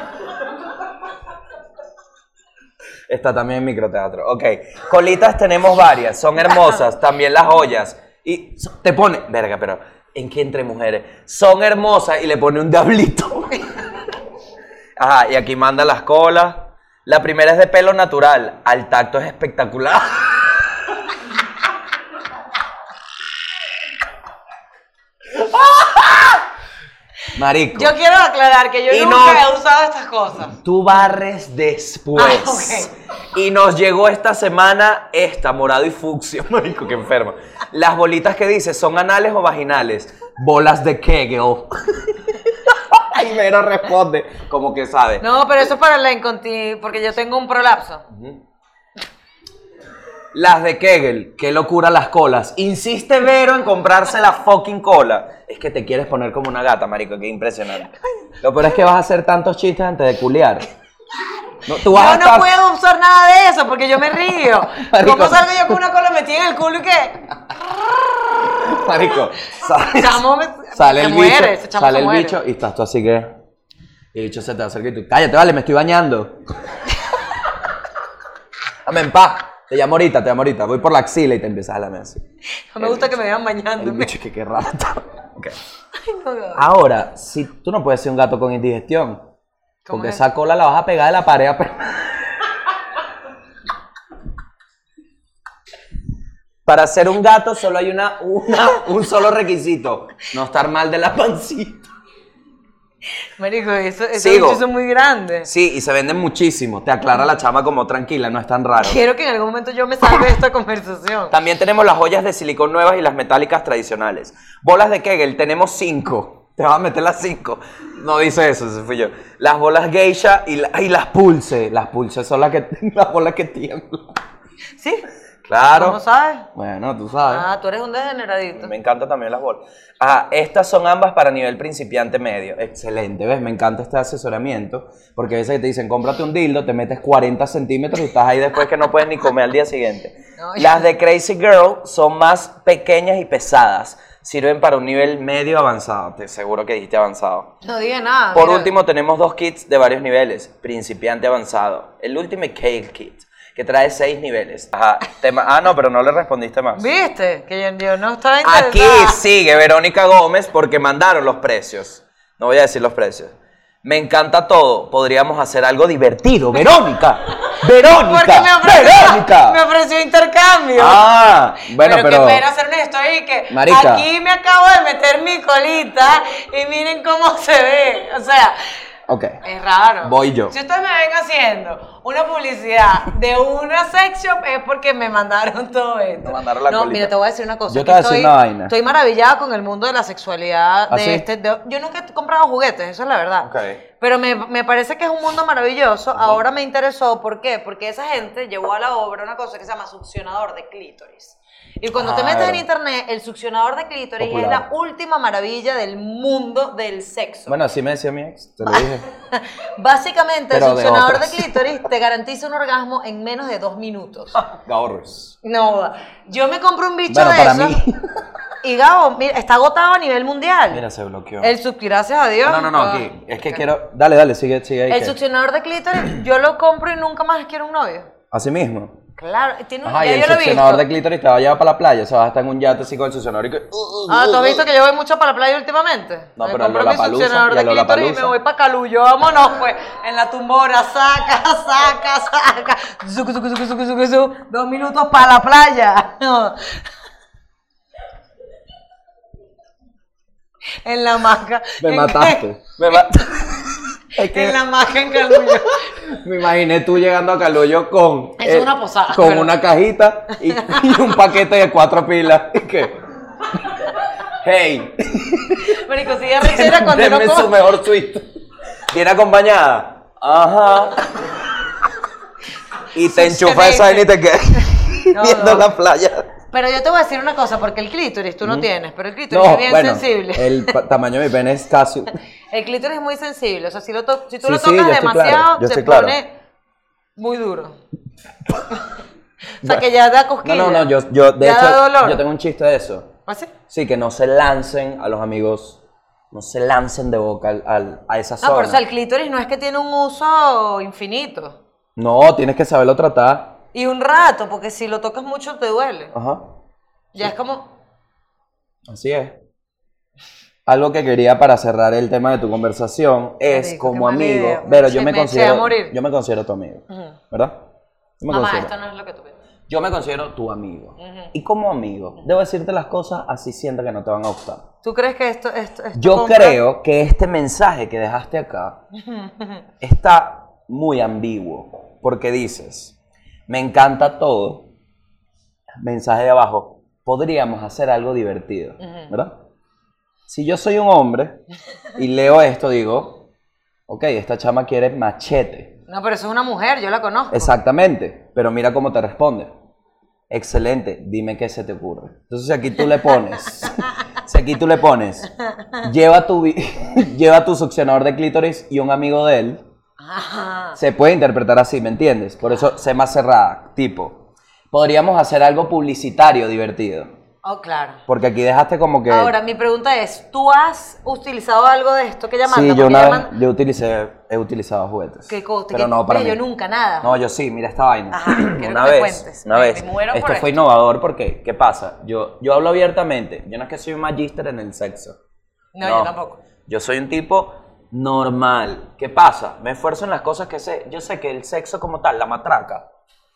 Está también en microteatro. Ok. Colitas tenemos varias, son hermosas, también las joyas. Y so- te pone, verga, pero ¿en qué entre mujeres? Son hermosas y le pone un diablito. Ajá, y aquí manda las colas. La primera es de pelo natural, al tacto es espectacular. Marico.
Yo quiero aclarar que yo
Y
nunca
no-
he usado estas cosas.
Tú barres
Ah,
después. Y nos llegó esta semana esta, morado y fucsia. Marico, qué enferma. Las bolitas que dice, ¿son anales o vaginales? Bolas de Kegel. y Vero responde, como que sabe.
No, pero eso es para la incontinencia, porque yo tengo un prolapso.
Las de Kegel, qué locura las colas. Insiste Vero en comprarse la fucking cola. Es que te quieres poner como una gata, marico, qué impresionante. Lo peor es que vas a hacer tantos chistes antes de culiar. No, tú vas a
Yo no
estar-
puedo usar nada de eso porque yo me río.
Marico.
¿Cómo salgo yo con una cola metida en el culo y qué?
Marico, sale,
Chamo, me-
sale
se
el
muere,
bicho,
ese chamo
sale
se
el
muere.
bicho y estás tú así que... Y el bicho se te acerca y tú, cállate, vale, me estoy bañando. Dame en paz. Te llamo ahorita, te llamo ahorita. Voy por la axila y te empiezas a lamer así.
No me gusta que me vean
El
bañándome.
bicho que qué raro está. Ok.
Ay, no, no.
Ahora, si tú no puedes ser un gato con indigestión,
¿Cómo
porque
es?
esa cola la vas a pegar de la pared. a pe- Para ser un gato solo hay una, una, un solo requisito, no estar mal de la pancita.
Marico, eso, esos
Sigo.
bichos son muy grandes.
Sí, y se venden muchísimo. Te aclara la chama como tranquila, no es tan raro.
Quiero que en algún momento yo me salga de esta conversación.
También tenemos las joyas de silicón nuevas y las metálicas tradicionales. Bolas de Kegel, tenemos cinco. Te vas a meter las cinco. No dice eso, se fui yo. Las bolas geisha y, la- y las pulse. Las pulse son las que las bolas que tiemblan.
¿Sí?
Claro.
¿Cómo sabes?
Bueno, tú sabes.
Ah, tú eres un degeneradito.
Me encantan también las bolas. Ah, estas son ambas para nivel principiante medio. Excelente, ¿ves? Me encanta este asesoramiento. Porque a veces te dicen, cómprate un dildo, te metes 40 centímetros y estás ahí después que no puedes ni comer al día siguiente.
No, yo-
las de Crazy Girl son más pequeñas y pesadas. Sirven para un nivel medio avanzado. Te seguro que dijiste avanzado.
No dije nada.
Por
Ah, mira.
último, tenemos dos kits de varios niveles: principiante avanzado. El Ultimate Kale Kit, que trae seis niveles. Ajá. tema- ah, no, pero no le respondiste más.
¿Viste? Que yo, yo no estaba interesada.
Aquí sigue Verónica Gómez porque mandaron los precios. No voy a decir los precios. Me encanta todo. Podríamos hacer algo divertido. Verónica.
Porque
Verónica.
me ofreció, me
Verónica.
ofreció intercambio.
Ah, bueno,
que
pero...
pena hacer una historia y que
Marica.
aquí me acabo de meter mi colita y miren cómo se ve. O sea,
Ok.
es raro.
Voy yo.
Si ustedes me ven haciendo una publicidad de una sex shop es porque me mandaron todo esto.
Me mandaron la
no,
colita.
mira, te voy a decir una cosa.
Yo te
que
voy a decir
estoy-
una vaina.
Estoy maravillada con el mundo de la sexualidad.
¿Ah,
de
sí?
este, de- yo nunca he comprado juguetes, eso es la verdad.
Ok.
Pero me, me parece que es un mundo maravilloso. Ahora me interesó, ¿por qué? Porque esa gente llevó a la obra una cosa que se llama succionador de clítoris. Y cuando te
Ah,
metes en
era.
internet, el succionador de clítoris es
Popular.
la última maravilla del mundo del sexo.
Bueno, así me decía mi ex, te lo dije.
Básicamente,
Pero de
el succionador de,
otras.
clítoris te garantiza un orgasmo en menos de dos minutos.
Ah. Gahorris.
No, yo me compro un bicho
Bueno,
de
para
esos.
mí.
Y Gabo, mira, está agotado a nivel mundial.
Mira, se bloqueó.
El suc, gracias a Dios.
No, no, no,
Ah,
aquí. Es que quiero... Dale, dale, sigue, sigue ahí.
El
que-
succionador de clítoris, yo lo compro y nunca más quiero un novio.
Así mismo.
Claro, tiene un
Ajá, y
ya
el
yo lo he visto.
succionador de clítoris te va a llevar para la playa. O sea, vas a estar en un yate así con el succionador y que...
Ah, ¿tú has visto que yo voy mucho para la playa últimamente?
No,
me
pero
compro
al
mi
Lollapalooza,
succionador
y
de
al
clítoris y me
Lollapalooza.
voy para Calullo. Vámonos, pues. En la tumbona, saca, saca, saca. Zucu, zucu, zucu, zucu, zucu, zucu. Dos minutos para la playa. en la maca.
Me
en-
mataste. Me mataste. Es que-
En la maca en Calullo.
Me imaginé tú llegando a Calollo con.
Eso es una posada,
Con
pero-
una cajita y, y un paquete de cuatro pilas. ¿Y qué? Hey,
Marico, si rechera cuando no
denme su
comes.
mejor suite. ¿Viene acompañada? Ajá. Y te enchufa esa vaina y te quedas
No,
viendo
no.
la playa.
Pero yo te voy a decir una cosa, porque el clítoris tú no tienes, pero el clítoris es bien sensible.
el pa- tamaño de mi pene es casi...
El clítoris es muy sensible, o sea, si, lo to- si tú
Sí,
lo
sí,
tocas
yo estoy claro,
demasiado,
yo
se
estoy claro.
pone muy duro. o sea, que ya da
No,
cosquillas.
no, no, yo, yo de
ya da
hecho,
dolor. ¿Ah,
yo tengo un chiste de eso.
¿Así?
Sí, que no se lancen a los amigos, no se lancen de boca al, al- a esa
Ah,
zona.
pero o sea, el clítoris no es que tiene un uso infinito.
No, tienes que saberlo tratar.
Y un rato, porque si lo tocas mucho te duele.
Ajá,
Ya es como...
así es. Algo que quería para cerrar el tema de tu conversación es
rico, qué
como
mala
amigo,
idea.
pero yo
Se
me,
me- se
considero,
va a morir.
yo me considero tu amigo,
ujú.
¿verdad? Yo me
Mamá,
considero.
esto no es lo que tú piensas.
Yo me considero tu amigo.
Ujú.
Y como amigo, debo decirte las cosas así sienta que no te van a gustar.
¿Tú crees que esto... esto, esto
Yo
compra?
creo que este mensaje que dejaste acá está muy ambiguo, porque dices, me encanta todo, mensaje de abajo, podríamos hacer algo divertido,
Ujú.
¿verdad? Si yo soy un hombre y leo esto, digo, ok, esta chama quiere machete.
No, pero eso es una mujer, yo la conozco.
Exactamente, pero mira cómo te responde. Excelente, dime qué se te ocurre. Entonces si aquí tú le pones, si aquí tú le pones, lleva tu, vi- lleva tu succionador de clítoris y un amigo de él,
Ah,
se puede interpretar así, ¿me entiendes? Por eso sé más cerrada, tipo. Podríamos hacer algo publicitario divertido,
oh, claro.
porque aquí dejaste como que...
Ahora, mi pregunta es, ¿tú has utilizado algo de esto que ella manda?
sí, yo
Porque
una
ella
vez
manda-
yo utilicé, he utilizado juguetes.
¿Qué cosa?
Pero
¿Qué-
no para
Oye,
mí.
Yo nunca, nada.
No, yo sí, mira esta vaina.
Ajá, quiero que
una
me
vez,
cuentes.
una
Me-
vez.
me muero
esto
por
fue
esto.
innovador porque, ¿qué pasa? Yo, yo hablo abiertamente. Yo no es que soy un magíster en el sexo.
No, yo tampoco.
Yo soy un tipo normal. ¿Qué pasa? Me esfuerzo en las cosas que sé. Yo sé que el sexo como tal, la matraca,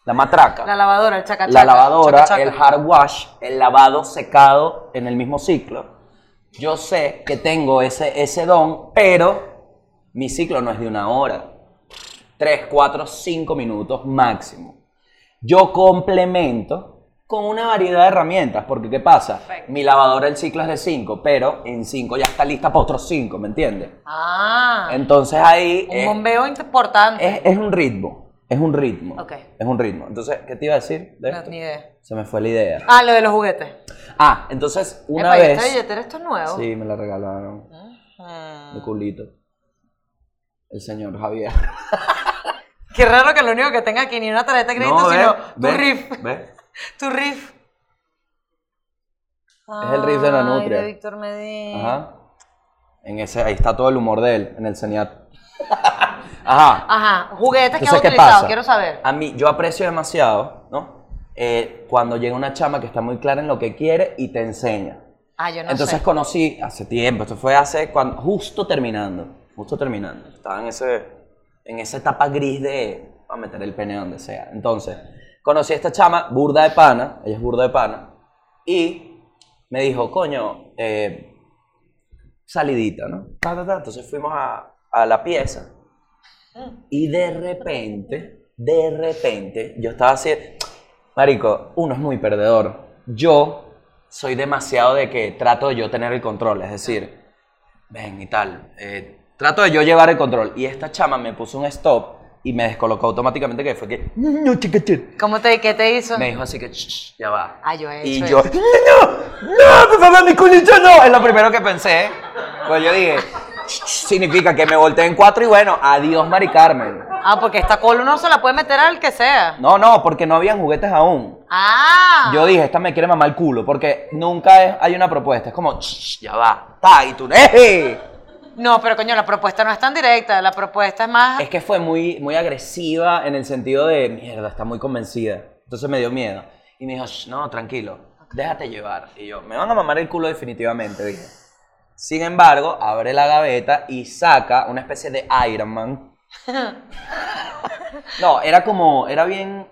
la matraca,
La lavadora, el chacachaca.
la lavadora,
chacachaca.
el hard wash, el lavado secado en el mismo ciclo. Yo sé que tengo ese, ese don, pero mi ciclo no es de una hora. Tres, cuatro, cinco minutos máximo. Yo complemento con una variedad de herramientas, porque ¿qué pasa?
Perfecto.
Mi lavadora el ciclo es de cinco, pero en cinco ya está lista para otros cinco, ¿me entiendes?
Ah,
Entonces ahí
un
es-
bombeo importante.
es, es un ritmo, es un ritmo.
Ok.
Es un ritmo. Entonces, ¿qué te iba a decir de
No,
esto?
ni idea.
Se me fue la idea.
Ah, lo de los juguetes.
Ah, entonces una
Epa, ¿y esta
vez.
billetera esto es nuevo? Mm.
Sí, me la regalaron.
Ujú.
De culito. El señor Javier.
Qué raro que lo único que tenga aquí ni una tarjeta de crédito,
ve,
sino
ve,
tu riff.
ve.
Tu riff.
Es el riff de la
Ay,
nutria.
de Víctor Medina.
Ajá. En ese, ahí está todo el humor de él, en el CENIAT. Ajá.
Ajá, juguetes que has
Entonces, ¿qué
utilizado,
pasa?
quiero saber.
A mí, yo aprecio demasiado, ¿no? Eh, cuando llega una chama que está muy clara en lo que quiere y te enseña.
Ah, yo no
Entonces
sé.
conocí hace tiempo, esto fue hace cuando, justo terminando, justo terminando. Estaba en, ese, en esa etapa gris de a meter el pene donde sea. Entonces, conocí a esta chama, burda de pana, ella es burda de pana, y me dijo, coño, eh, salidita, ¿no? Ta, ta, ta. Entonces fuimos a, a la pieza y de repente, de repente, yo estaba así, marico, uno es muy perdedor. Yo soy demasiado de que trato de yo tener el control, es decir, ven y tal, eh, trato de yo llevar el control. Y esta chama me puso un stop y me descolocó automáticamente que fue que, no, chica, chica".
¿Cómo te, qué te hizo?
Me dijo así que, "Shh, shh, ya va.
Ah, yo he
y
hecho
yo,
eso.
no, no, por favor, mi culito no. Es lo primero que pensé. Pues yo dije, "Shh, shh", significa que me volteé en cuatro y bueno, adiós, Mari Carmen.
Ah, porque esta cola uno se la puede meter al que sea.
No, no, porque no habían juguetes aún.
Ah.
Yo dije, esta me quiere mamar el culo, porque nunca es- hay una propuesta. Es como, "Shh, ya va, ta, y tú, "Eje".
No, pero coño, la propuesta no es tan directa, la propuesta es más...
Es que fue muy, muy agresiva en el sentido de, mierda, está muy convencida. Entonces me dio miedo. Y me dijo, "Shh, no, tranquilo, déjate llevar. Y yo, me van a mamar el culo definitivamente, dije. Sin embargo, abre la gaveta y saca una especie de Iron Man. no, era como, era bien...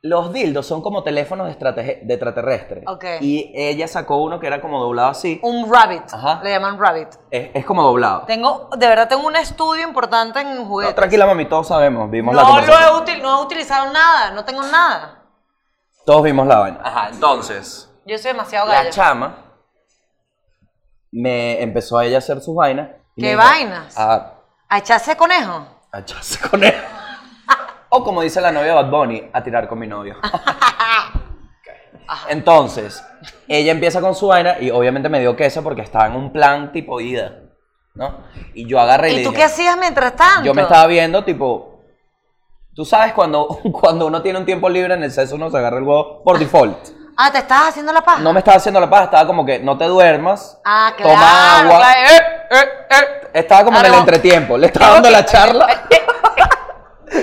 Los dildos son como teléfonos estrate- de extraterrestres.
Ok.
Y ella sacó uno que era como doblado así.
Un rabbit,
Ajá.
le llaman rabbit.
Es, es como doblado.
Tengo, de verdad tengo un estudio importante en
No,
juguetes.
tranquila, mami, todos sabemos. Vimos la
No, lo
conversación.
he util- no he utilizado nada, no tengo nada.
Todos vimos la vaina. Ajá, entonces.
Yo soy demasiado
La
gallo.
chama me empezó a ella a hacer sus vainas. y me
¿Qué
dijo,
vainas?
A,
¿A echarse conejo?
a echarse con él. o como dice la novia de Bad Bunny, a tirar con mi novio. Entonces, ella empieza con su vaina y obviamente me dio queso porque estaba en un plan tipo ida, ¿no? Y yo agarré y, le
¿Y tú
dije,
qué hacías mientras tanto?
Yo me estaba viendo, tipo. Tú sabes cuando, cuando uno tiene un tiempo libre en el sexo, uno se agarra el huevo por default.
Ah, ¿te estabas haciendo la paja?
No me estaba haciendo la paja, estaba como que no te duermas.
Ah, claro.
Toma agua.
claro. Eh, eh, eh.
Estaba como en
Claro.
el entretiempo. Le estaba dando la charla.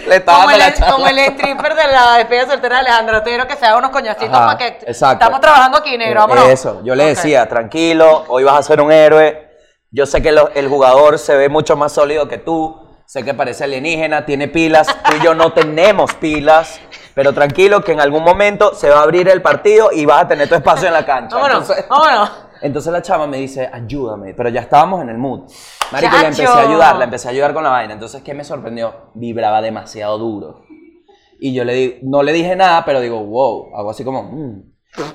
Le estaba
Eh, Como
dando
el,
la charla.
como el stripper de la despedida soltera de Alejandro Otero que se da unos coñacitos
Ajá,
para que
exacto.
estamos trabajando aquí, negro, vámonos.
Eso, yo le
Ok.
decía, tranquilo, hoy vas a ser un héroe. Yo sé que lo- el jugador se ve mucho más sólido que tú. Sé que parece alienígena, tiene pilas. Tú y yo no tenemos pilas. Pero tranquilo, que en algún momento se va a abrir el partido y vas a tener tu espacio en la cancha.
Vámonos,
Entonces,
vámonos.
entonces la chama me dice, ayúdame. Pero ya estábamos en el mood. Marico, la
Chacho.
empecé a ayudar, la empecé a ayudar con la vaina. Entonces, ¿qué me sorprendió? Vibraba demasiado duro. Y yo le di- no le dije nada, pero digo, wow, hago así como, "Mm".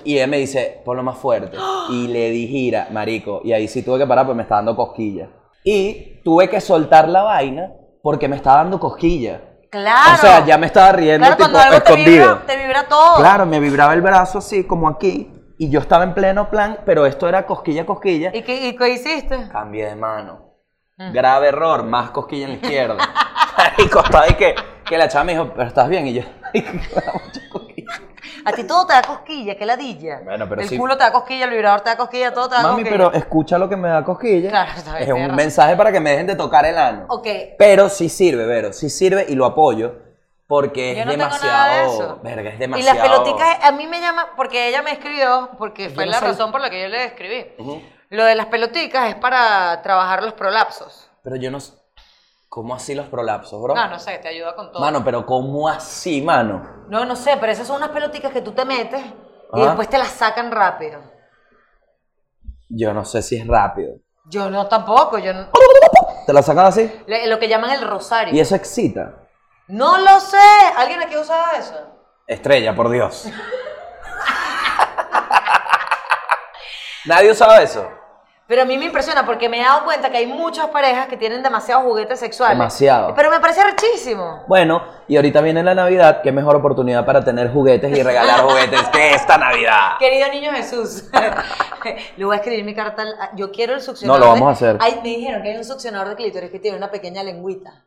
Y él me dice, ponlo más fuerte. Y le di gira, marico. Y ahí sí tuve que parar porque me estaba dando cosquillas. Y tuve que soltar la vaina porque me estaba dando cosquillas.
Claro.
O sea, ya me estaba riendo
Ah, Claro, cuando
tipo,
algo te
escondido.
vibra, te vibra todo.
Claro, me vibraba el brazo así, como aquí. Y yo estaba en pleno plan, pero esto era cosquilla, cosquilla.
¿Y Mm. qué, y qué hiciste?
Cambié de mano. Grave error, más cosquilla en la izquierda. Marico, estaba ahí que, que la chava me dijo, pero estás bien. Y yo, "Ay, mucha cosquilla".
A ti todo te da cosquilla, qué ladilla.
Bueno, pero
el
sí.
culo te da cosquilla, el vibrador te da cosquilla, todo te da
Mami,
cosquilla.
pero escucha lo que me da cosquilla.
Claro, está bien,
es un
tienes razón.
mensaje para que me dejen de tocar el ano.
Ok.
Pero sí sirve, Vero, sí sirve y lo apoyo porque
Yo
es
no tengo
demasiado.
nada de eso.
Verga, es
Y
demasiado.
las peloticas, a mí me llama, porque ella me escribió, porque fue
no
la
soy-
razón por la que yo le escribí.
Ujú.
Lo de las peloticas es para trabajar los prolapsos.
Pero yo no. s- ¿Cómo así los prolapsos, bro?
No, no sé, te ayuda con todo.
Mano, pero ¿cómo así, mano?
No, no sé, pero esas son unas peloticas que tú te metes y
Ajá.
después te las sacan rápido.
Yo no sé si es rápido.
Yo no tampoco, yo no-
¿Te la sacas así?
le- lo que llaman el rosario.
Y eso excita.
No lo sé, ¿alguien aquí usaba eso?
Estrella, por Dios. Nadie usaba eso.
Pero a mí me impresiona porque me he dado cuenta que hay muchas parejas que tienen demasiados juguetes sexuales.
Demasiado.
Pero me parece rechísimo.
Bueno, y ahorita viene la Navidad, qué mejor oportunidad para tener juguetes y regalar juguetes que esta Navidad.
Querido niño Jesús, le voy a escribir mi carta. al- Yo quiero el succionador.
No, lo
de-
vamos a hacer.
Ay, me dijeron que hay un succionador de clítoris que tiene una pequeña lengüita.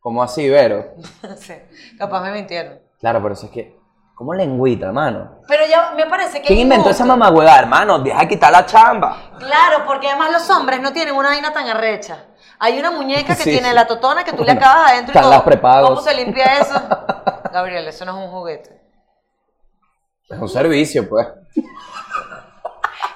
¿Cómo así, Vero?
No sé, capaz me mintieron.
Claro, pero eso es que. ¿Cómo lengüita, mano?
Pero ya me parece que.
¿Quién
es
inventó esa
injusto.
mamagüedad, hermano? Deja de quitar la chamba.
Claro, porque además los hombres no tienen una vaina tan arrecha. Hay una muñeca que
Sí,
tiene
sí.
la totona que tú le
Bueno,
acabas adentro y
están
todo.
las prepagos.
¿Cómo se limpia eso? Gabriel, eso no es un juguete.
Es un servicio, pues.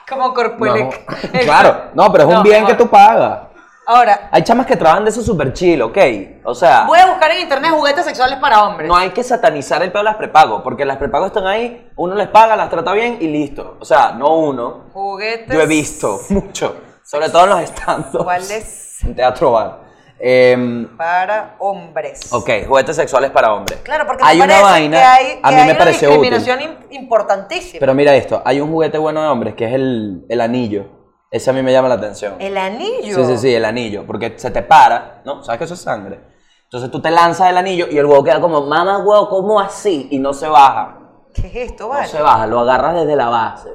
Como Corpuelec.
No, claro, no, pero es un bien que
mejor.
tú pagas.
Ahora,
Hay chamas que trabajan de eso super chill, ¿ok? O sea,
voy a buscar en internet juguetes sexuales para hombres.
no hay que satanizar el pedo de las prepago, porque las prepago están ahí, uno les paga, las trata bien y listo. O sea, no uno.
Juguetes.
Yo he visto mucho, sobre todo en los stand
¿Cuáles?
En teatro bar. Em,
Para hombres.
ok, juguetes sexuales para hombres.
Claro, porque
hay
me
una
parece
vaina,
que hay,
a
que
mí
hay
me
una
pareció útil.
discriminación im- importantísima.
Pero mira esto, hay un juguete bueno de hombres que es el, el anillo. Ese a mí me llama la atención.
el anillo.
Sí, sí, sí, el anillo. Porque se te para, ¿no? Sabes que eso es sangre. Entonces tú te lanzas el anillo y el huevo queda como, mamá huevo, ¿cómo así? Y no se baja.
¿Qué es esto,
No
vale?
se baja, lo agarras desde la base.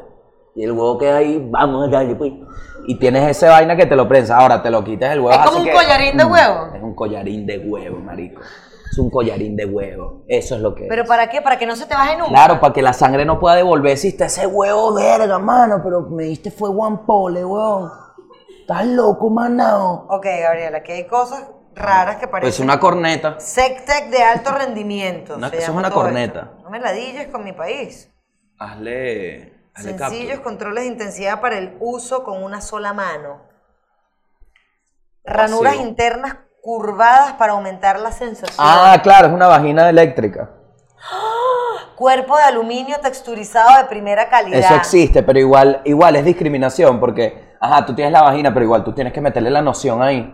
Y el huevo queda ahí, vamos, dale, pues. Y tienes esa vaina que te lo prensa. Ahora te lo quitas el huevo.
Es
así
como un
que- Mm,
collarín de huevo.
Es un collarín de huevo, marico. Es un collarín de huevo. Eso es lo que es.
¿Pero para qué? Para que no se te baje nunca.
Claro, para que la sangre no pueda devolverse. Hiciste ese huevo, verga, mano. Pero me diste fue Juan Pole, huevón. Estás loco, manao.
Ok, Gabriela, aquí hay cosas raras que parecen.
Pues una corneta.
Sectec de alto rendimiento.
Una-
se
eso es
llama
una
todo
corneta.
esto. No me ladilles con mi país.
Hazle. hazle
Sencillos
captura.
controles de intensidad para el uso con una sola mano.
Ah,
Ranuras
Pasivo.
internas curvadas para aumentar la sensación.
Ah, claro, es una vagina eléctrica.
Cuerpo de aluminio texturizado de primera calidad.
Eso existe, pero igual, igual es discriminación porque, ajá, tú tienes la vagina, pero igual tú tienes que meterle la noción ahí.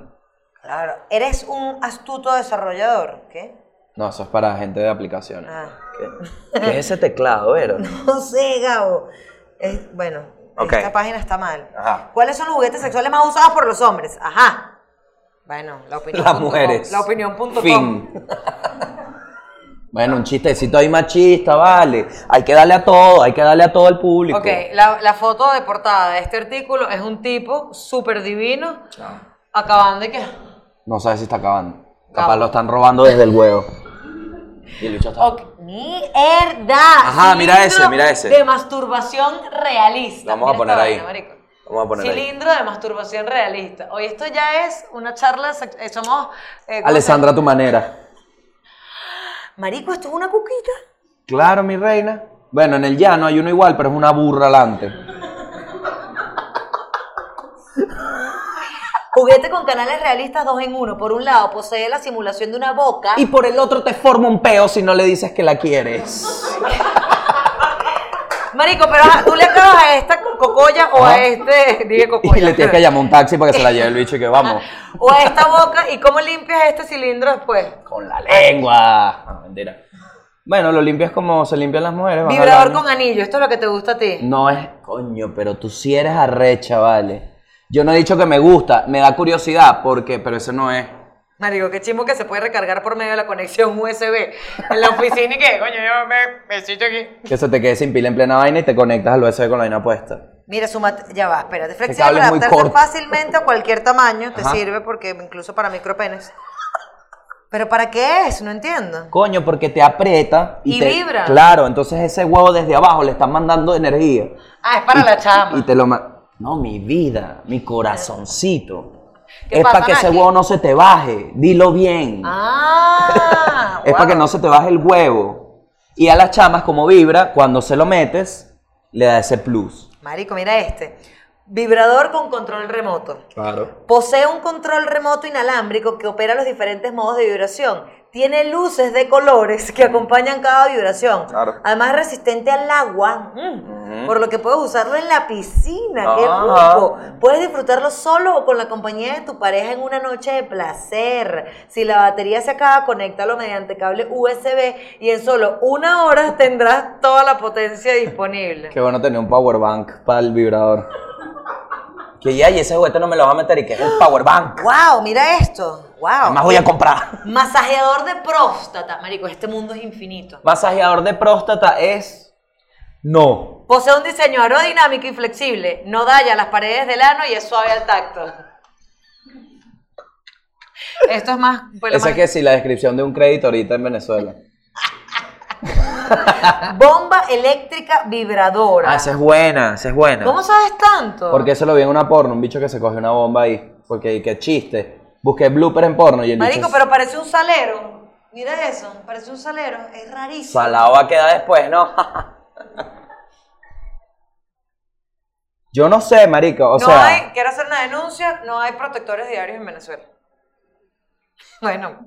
Claro. Eres un astuto desarrollador. ¿Qué?
No, eso es para gente de aplicaciones.
Ah.
¿Qué, qué es ese teclado, Vero?
No sé, Gabo. Es- bueno,
Ok.
esta página está mal.
Ajá.
¿Cuáles son los juguetes sexuales más usados por los hombres? Ajá. Bueno, la opinión.
Las
punto com-
mujeres.
La opinión. punto com.
Fin. bueno, un chistecito ahí machista, vale. Hay que darle a todo, hay que darle a todo el público.
Ok, la, la foto de portada de este artículo es un tipo súper divino. Acabando de que.
No sabes si está acabando. Capaz
Acabo.
lo están robando desde el huevo. Y el bicho está-
Ok, ¡Mierda!
Ajá, mira
Cilindro
ese, mira ese.
De masturbación realista.
Lo vamos a
Mira
poner
esta
ahí.
vaina, marico.
Vamos a poner ahí.
Cilindro de masturbación realista. Hoy esto ya es una charla. sex- eh, Somos. eh, ¿cómo se-
Alessandra, a tu manera.
Marico, esto es una cuquita.
Claro, mi reina. Bueno, en el llano hay uno igual, pero es una burra alante.
Juguete con canales realistas dos en uno. Por un lado, posee la simulación de una boca.
Y por el otro te forma un peo si no le dices que la quieres.
Marico, pero ajá, tú le acabas a esta cocoya o a
Ajá.
este. Dije cocoya.
Y le tienes que llamar un taxi para que se la lleve el bicho y que vamos.
O a esta boca. ¿Y cómo limpias este cilindro después?
Con la lengua. No, Ah, mentira. Bueno, lo limpias como se limpian las mujeres. vas
Vibrador
hablando.
con anillo, esto es lo que te gusta a ti.
No es, coño, pero tú sí eres arrecha, vale. Yo no he dicho que me gusta, me da curiosidad, porque, pero eso no es.
Marico, qué chimbo que se puede recargar por medio de la conexión USB en la oficina y que, coño, yo me, me siento aquí.
Que se te quede sin pila en plena vaina y te conectas al USB con la vaina puesta.
Mira, suma, ya va, espérate.
cable
Flexible
es muy
adaptarse
corto.
fácilmente a cualquier tamaño, te
Ajá.
sirve porque incluso para micropenes. Pero ¿para qué es? No entiendo.
Coño, porque te aprieta
Y
te-
vibra.
Claro, entonces ese huevo desde abajo le estás mandando energía.
Ah, es para la chama.
Y te lo ma- No, mi vida, mi corazoncito.
¿Qué
Es
pasa,
para que ese
Naki?
huevo no se te baje. Dilo bien.
Ah,
es para que
guau.
no se te baje el huevo. Y a las chamas, como vibra, cuando se lo metes, le da ese plus.
Marico, mira este. Vibrador con control remoto.
Claro.
Posee un control remoto inalámbrico que opera los diferentes modos de vibración. Tiene luces de colores que acompañan cada vibración.
Claro.
Además es resistente al agua, mm,
Ujú.
por lo que puedes usarlo en la piscina. ¡Qué
Ajá.
rico! Puedes disfrutarlo solo o con la compañía de tu pareja en una noche de placer. Si la batería se acaba, conéctalo mediante cable USB y en solo una hora tendrás toda la potencia disponible.
Qué bueno tener un power bank para el vibrador. que ya, y ese juguete no me lo va a meter y que es el power bank.
¡Wow! Mira esto. ¡Wow!
Además voy a comprar.
Masajeador de próstata, marico, este mundo es infinito.
Masajeador de próstata es. No.
Posee un diseño aerodinámico y flexible, no daña las paredes del ano y es suave al tacto. Esto es más, pues, fue lo
Esa
más-
que sí, la descripción de un crédito ahorita en Venezuela.
bomba eléctrica vibradora.
Ah, esa es buena, esa es buena.
¿Cómo sabes tanto?
Porque eso lo vi en una porno, un bicho que se coge una bomba ahí. Porque qué chiste. Busqué blooper en porno y el
marico,
bicho
pero parece un salero. Mira eso, parece un salero, es rarísimo.
salado va a quedar después, ¿no? Yo no sé, marico, o
no
sea,
hay, quiero hacer una denuncia, no hay protectores diarios en Venezuela. Bueno,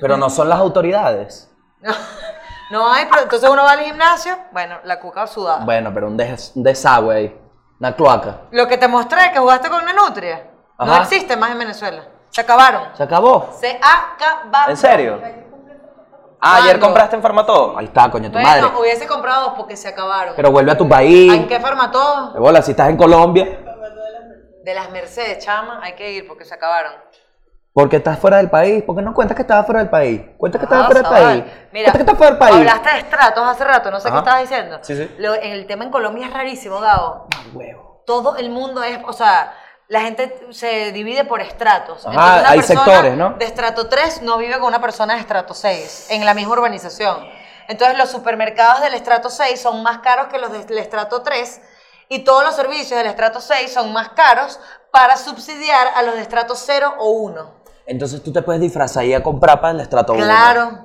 pero no son las autoridades.
No, no hay, pero entonces uno va al gimnasio, bueno, la cuca sudada.
Bueno, pero un, des- un desagüe ahí, una cloaca.
Lo que te mostré que jugaste con una nutria, no
Ajá.
existe más en Venezuela. Se acabaron.
¿Se acabó?
Se acabaron.
¿En serio? Ah, ayer
¿Cuándo?
compraste en Farmatodo. Ahí está, coño, tu
Bueno,
madre.
hubiese comprado dos porque se acabaron.
Pero vuelve a tu país.
¿En qué forma todo?
De bola, si estás en Colombia,
De las Mercedes, chama, hay que ir porque se acabaron.
¿por qué estás fuera del país? ¿Por qué no cuentas que estabas fuera del país? Cuenta que estabas
Ah,
fuera del
chaval.
país.
Mira,
Cuenta que estás fuera del país.
hablaste de estratos hace rato, no sé qué
Ajá.
estabas diciendo.
Sí, sí.
Lo- en el tema en Colombia es rarísimo, Gabo.
Ah, huevo.
todo el mundo es, o sea, la gente se divide por estratos.
Ajá,
Entonces, una
hay
persona
sectores, ¿no?
De estrato 3 no vive con una persona de estrato 6 en la misma urbanización. Entonces los supermercados del estrato 6 son más caros que los del estrato 3 y todos los servicios del estrato 6 son más caros para subsidiar a los de estrato 0 o 1.
Entonces tú te puedes disfrazar y a comprar para el estrato uno.
Claro,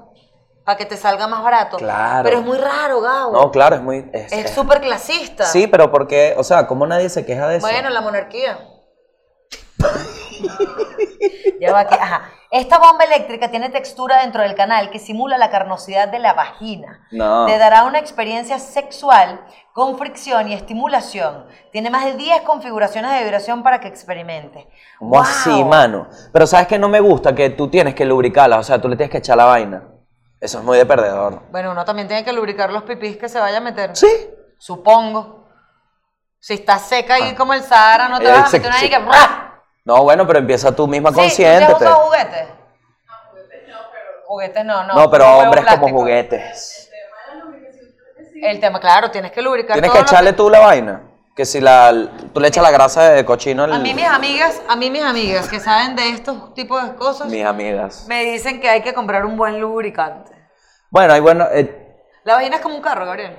para que te salga más barato.
Claro.
Pero es muy raro, Gabo.
No, claro, es muy. Es,
es
es-
súper clasista.
Sí, pero porque, o sea, como nadie se queja de eso.
Bueno, la monarquía. ya va aquí. Ajá. Esta bomba eléctrica tiene textura dentro del canal que simula la carnosidad de la vagina.
No.
Te dará una experiencia sexual con fricción y estimulación. Tiene más de 10 configuraciones de vibración para que experimentes.
¿Cómo
¡Guau!
así, mano? Pero sabes que no me gusta que tú tienes que lubricarla, o sea, tú le tienes que echar la vaina. Eso es muy de perdedor.
Bueno, uno también tiene que lubricar los pipís que se vaya a meter.
Sí.
Supongo. Si está seca
Ah.
ahí como el Sahara, no te
Ella
vas a
dice
meter una
que
ahí que...
sí. No, bueno, pero empieza tú misma
Sí, ¿tú
consciente. pues.
has usado juguetes? Juguetes no, no.
No, pero
son
hombres
juegos
como
plásticos.
juguetes.
El tema, claro, tienes que lubricar
Tienes que
todo lo
echarle tú la vaina. Que si la, tú le echas la grasa de cochino al-
A mí mis amigas, a mí mis amigas que saben de estos tipos de cosas,
mis amigas.
me dicen que hay que comprar un buen lubricante.
Bueno, y bueno, eh,
La vagina es como un carro, Gabriel.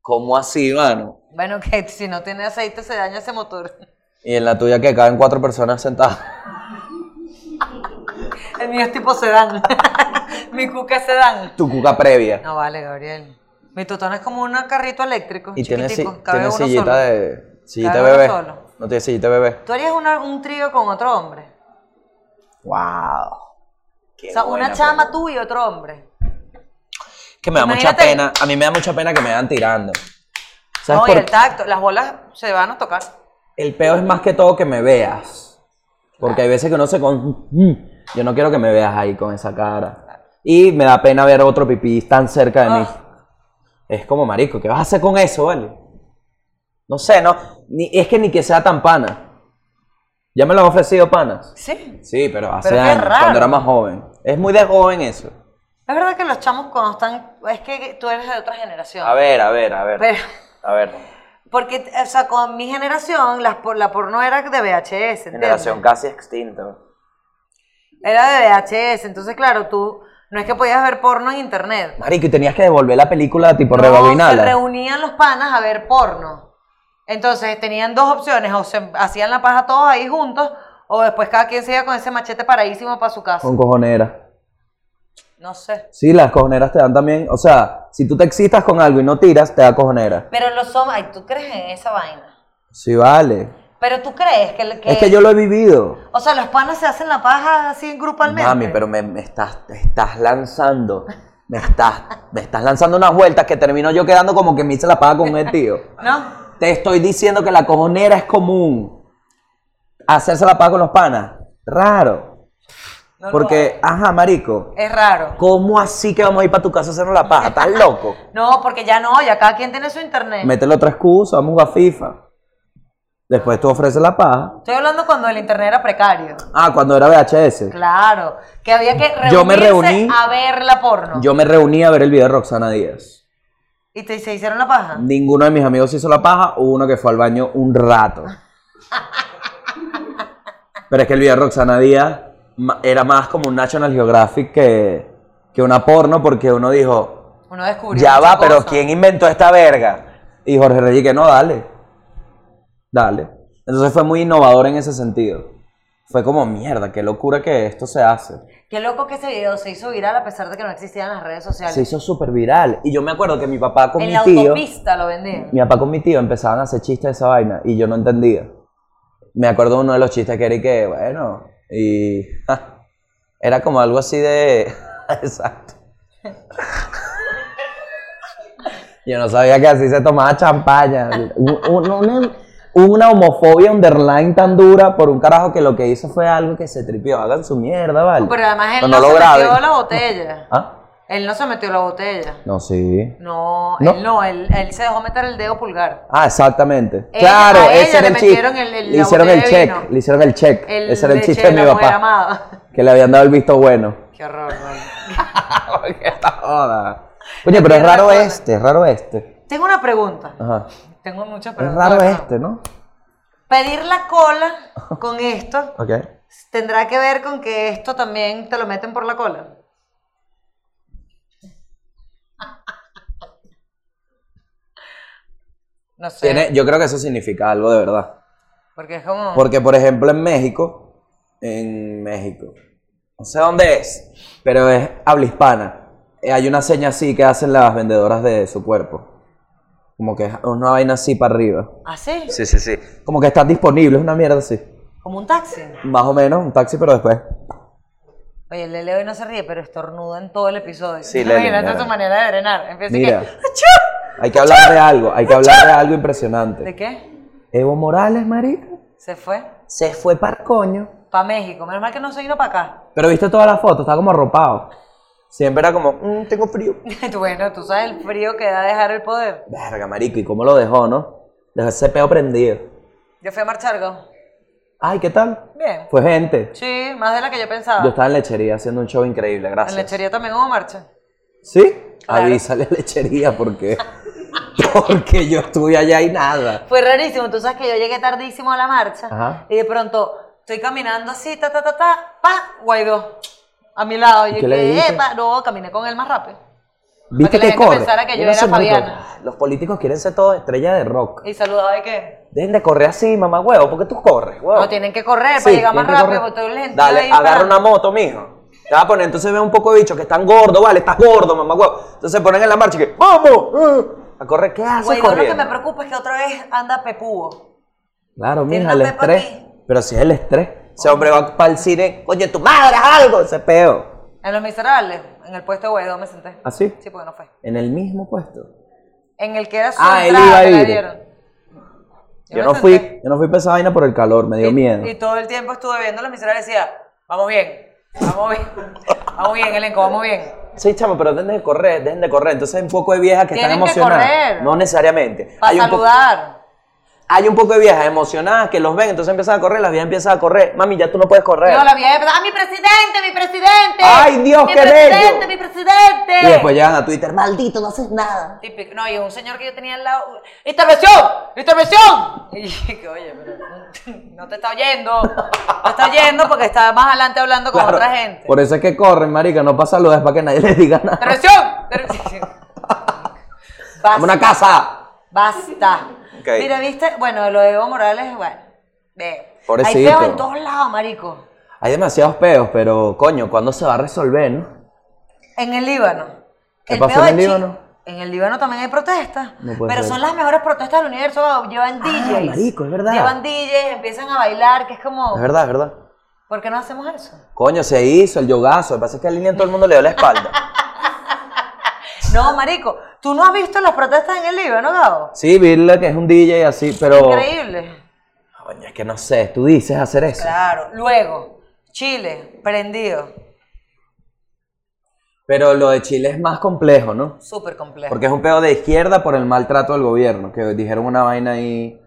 ¿cómo así, mano?
Bueno, que si no tiene aceite se daña ese motor.
Y en la tuya que caben cuatro personas sentadas.
El mío es tipo sedán. Mi cuca es sedán.
Tu cuca previa.
No vale, Gabriel. Mi tutón es como un carrito eléctrico,
y tiene, si-
chiquitico, cabe
tiene
uno
sillita
solo.
de. Sillita
Cabe uno
bebé.
solo.
No tiene sillita bebé.
¿Tú harías una- un trío con otro hombre?
Wow. Qué
o sea, una
buena
chama tú y otro hombre.
pregunta. Que me da mucha
Imagínate-
pena. A mí me da mucha pena que me van tirando. ¿Sabes
No, y
por
el tacto, las bolas se van a tocar.
El peo es más que todo que me veas. Porque hay veces que uno se con... Mm, Yo no quiero que me veas ahí con esa cara. Y me da pena ver otro pipí tan cerca de mí.
Ah.
Es como, marico, ¿qué vas a hacer con eso, vale? No sé, no. Ni, es que ni que sea tan pana. Ya me lo han ofrecido panas.
Sí.
Sí, pero hace
Pero qué
años,
raro.
cuando era más joven. Es muy de joven eso.
Es verdad que los chamos cuando están. Es que tú eres de otra generación.
A ver, a ver, a ver.
Pero-
a ver,
Porque, o sea, con mi generación, las por- la porno era de VHS. ¿entiendes?
generación casi extinta.
Era de VHS. Entonces, claro, tú. No es que podías ver porno en internet.
Marico, y tenías que devolver la película tipo
No, Se
rebobinada.
reunían los panas a ver porno. Entonces tenían dos opciones, o se hacían la paja todos ahí juntos, o después cada quien se iba con ese machete paraísimo para su casa.
Con cojonera.
No sé.
Sí, las cojoneras te dan también. O sea, si tú te excitas con algo y no tiras, te da cojonera.
Pero los hombres, ay, tú crees en esa vaina.
Sí, vale.
Pero tú crees que... que-
Es que yo lo he vivido.
O sea, los panas se hacen la paja así grupalmente.
Mami, pero me, me estás, te estás lanzando. Me estás, me estás lanzando unas vueltas que termino yo quedando como que me hice la paga con el tío.
¿No?
Te estoy diciendo que la cojonera es común. Hacerse la paga con los panas. Raro.
No lo
Porque, ajá, marico.
Es raro.
¿Cómo así que vamos a ir para tu casa a hacernos la paja? ¿Estás loco?
No, porque ya no, ya cada quien tiene su internet.
Métele otra excusa, vamos a jugar FIFA. Después tú ofreces la paja.
Estoy hablando cuando el internet era precario.
Ah, cuando era VHS.
Claro, que había que reunirse
Yo me reuní-
a ver la porno.
Yo me reuní a ver el video de Roxana Díaz.
¿Y te, se hicieron la paja?
Ninguno de mis amigos se hizo la paja, hubo uno que fue al baño un rato. Pero es que el video de Roxana Díaz ma- era más como un National Geographic que, que una porno, porque uno dijo,
Uno descubrió.
ya
mucha
va, pero
cosa.
¿quién inventó esta verga? Y Jorge Reyes que no, dale. Dale. Entonces fue muy innovador en ese sentido. Fue como, mierda, qué locura que esto se hace.
Qué loco que ese video se hizo viral a pesar de que no existían las redes sociales.
Se hizo súper viral. Y yo me acuerdo que mi papá con
en
mi
la
tío...
autopista lo vendían.
Mi papá con mi tío empezaban a hacer chistes de esa vaina y yo no entendía. Me acuerdo uno de los chistes que era y que, bueno, y ja, era como algo así de... Exacto. Yo no sabía que así se tomaba champaña. Un- un- Una, una homofobia underline tan dura por un carajo que lo que hizo fue algo que se tripió. Hagan su mierda, ¿vale?
Pero además él
Cuando
no, se
lo graben.
metió la botella.
¿Ah?
Él no se metió la botella.
No, sí.
No,
No.
él no, él, él se dejó meter el dedo pulgar.
Ah, exactamente.
Ella-
claro,
a
ese
ella
era
le
el chiste.
metieron el- el-
le
la
hicieron el
botella de
check,
vino.
le hicieron el check.
El
ese era el
de
chiste
Che,
de mi
la mujer
papá.
amada.
Que le habían dado el visto bueno.
Qué horror, vale.
Esta joda. Oye, pero es raro
Mierda,
este, es raro este.
Tengo una pregunta.
Ajá.
Tengo muchas
Es
preguntas.
raro
¿no?
este, ¿no?
Pedir la cola con esto
Ok.
tendrá que ver con que esto también te lo meten por la cola. No sé.
Tiene, yo creo que eso significa algo de verdad.
Porque es como.
Porque, por ejemplo, en México, en México, no sé dónde es, pero es habla hispana. Eh, Hay una seña así que hacen las vendedoras de su cuerpo. Como que es una vaina así para arriba.
¿Así?
Sí, sí, sí. Como que están disponibles, una mierda así.
Como un taxi.
Más o menos, un taxi, pero después.
Oye, Lele hoy no se ríe, pero estornuda en todo el episodio.
Sí, Lele,
Imagínate
mira.
su manera de drenar. Empieza
Mira.
que. ¡Achú!
Hay que hablar de algo, hay que hablar de algo
¿De
impresionante.
qué?
Evo Morales, marica,
Se fue
se fue para coño.
para México. Menos mal que no se vino para acá.
Pero viste todas las fotos, estaba como arropado. Siempre era como, "Mm, tengo frío.
Tú, bueno, tú sabes el frío que da dejar el poder.
Verga, marico, ¿y cómo lo dejó, no? Dejó ese peo prendido.
Yo fui a Marchargo.
Ay, ¿qué tal?
Bien.
Fue gente.
Sí, más de la que yo pensaba.
Yo estaba en lechería haciendo un show increíble,
En
gracias.
lechería también hubo marcha.
¿Sí?
Claro.
Avísale a lechería porque, porque yo estuve allá y nada.
Fue rarísimo. Tú sabes que yo llegué tardísimo a la marcha.
Ajá.
Y de pronto estoy caminando así, ta, ta, ta, ta, pa, Guaidó. A mi lado. Y
¿Y
yo
qué le
dije,
dijiste?
"Epa". no, caminé con él más rápido.
¿Viste
Para que la
que,
gente
corre?
pensara que yo
no
era
soy muy
Fabiana.
corre. Los políticos quieren ser todos estrellas de rock.
Y saludaba y que.
Dejen de correr así, mamá huevo, porque tú corres, huevo.
No, tienen que correr
Oh. Sí,
para llegar más
tienen que
rápido.
correr.
Porque todo el gentío ahí
Dale, agarra
para-
una moto, mijo. Te vas a poner, entonces ve un poco de bicho que están gordo, vale, estás gordo, mamá huevo. Entonces se ponen en la marcha y que, ¡vamos! eh, a correr, ¿qué haces
Guaidó lo que
corriendo?
me preocupa es que otra vez anda pepudo.
Claro,
Tiene
mija, el
una pepa
estrés.
aquí.
Pero si es el estrés. Ese hombre va para el cine, coño, tu madre, haz algo, ese peo.
En Los Miserables, en el puesto de Guaidó me senté.
¿Así?
Sí, porque no fue.
En el mismo puesto.
En el que era su
Ah, él
entrada
iba a
que la
ir.
dieron.
Yo, no
me
fui,
senté.
yo no fui para esa vaina por el calor, me dio
y,
miedo.
Y todo el tiempo estuve viendo los miserables y decía, vamos bien, vamos bien, vamos bien, elenco, vamos bien.
Sí, chamo, pero dejen de correr, dejen de correr. Entonces hay un poco de viejas que están
Tienen que
emocionadas.
correr.
No necesariamente.
Para
hay, un poco,
saludar.
hay un poco de viejas emocionadas que los ven, entonces empiezan a correr, las viejas empiezan a correr. Mami, ya tú no puedes correr.
No, la vieja, ¡ah, mi presidente, mi presidente!
¡Ay, Dios,
mi
qué
presidente,
bello!
¡Mi presidente,
y después llegan a Twitter, maldito.
Típico. No, y un señor que yo tenía al lado, ¡intervención! ¡intervención! Y yo dije, oye, pero no- no te está oyendo, no te está oyendo porque está más adelante hablando con
Claro,
otra gente.
Por eso es que corren, marica, no pasa lo es para que nadie les diga nada.
¡Intervención! ¡Intervención!
Ah. ¡Dame una casa!
Basta.
Ok.
Mira, viste, bueno, lo de Evo Morales, bueno, ve.
Pobrecito.
Hay feos en todos lados, marico.
Hay demasiados peos, pero coño, ¿cuándo se va a resolver, no?
En el Líbano.
¿Qué
El
pasó
peo
en
de
el
Chi-
Líbano?
En el Líbano también hay protestas,
No puede
pero
ser.
son las mejores protestas del universo. Llevan DJs.
marico, es verdad.
Llevan DJs, empiezan a bailar, que es como,
Es verdad, es verdad.
¿por qué no hacemos eso?
Coño, se hizo el yogazo. Lo que pasa es que a Lilian todo el mundo le dio la espalda.
No, marico, ¿tú no has visto las protestas en el Líbano, Gabo?
Sí, Virla, que es un DJ así, pero. Ah,
Increíble.
Coño, es que no sé, tú dices hacer eso.
Claro. Luego, Chile, prendido,
Pero lo de Chile es más complejo, ¿no?
súper complejo.
Porque es un pedo de izquierda por el maltrato del gobierno, que dijeron una vaina ahí.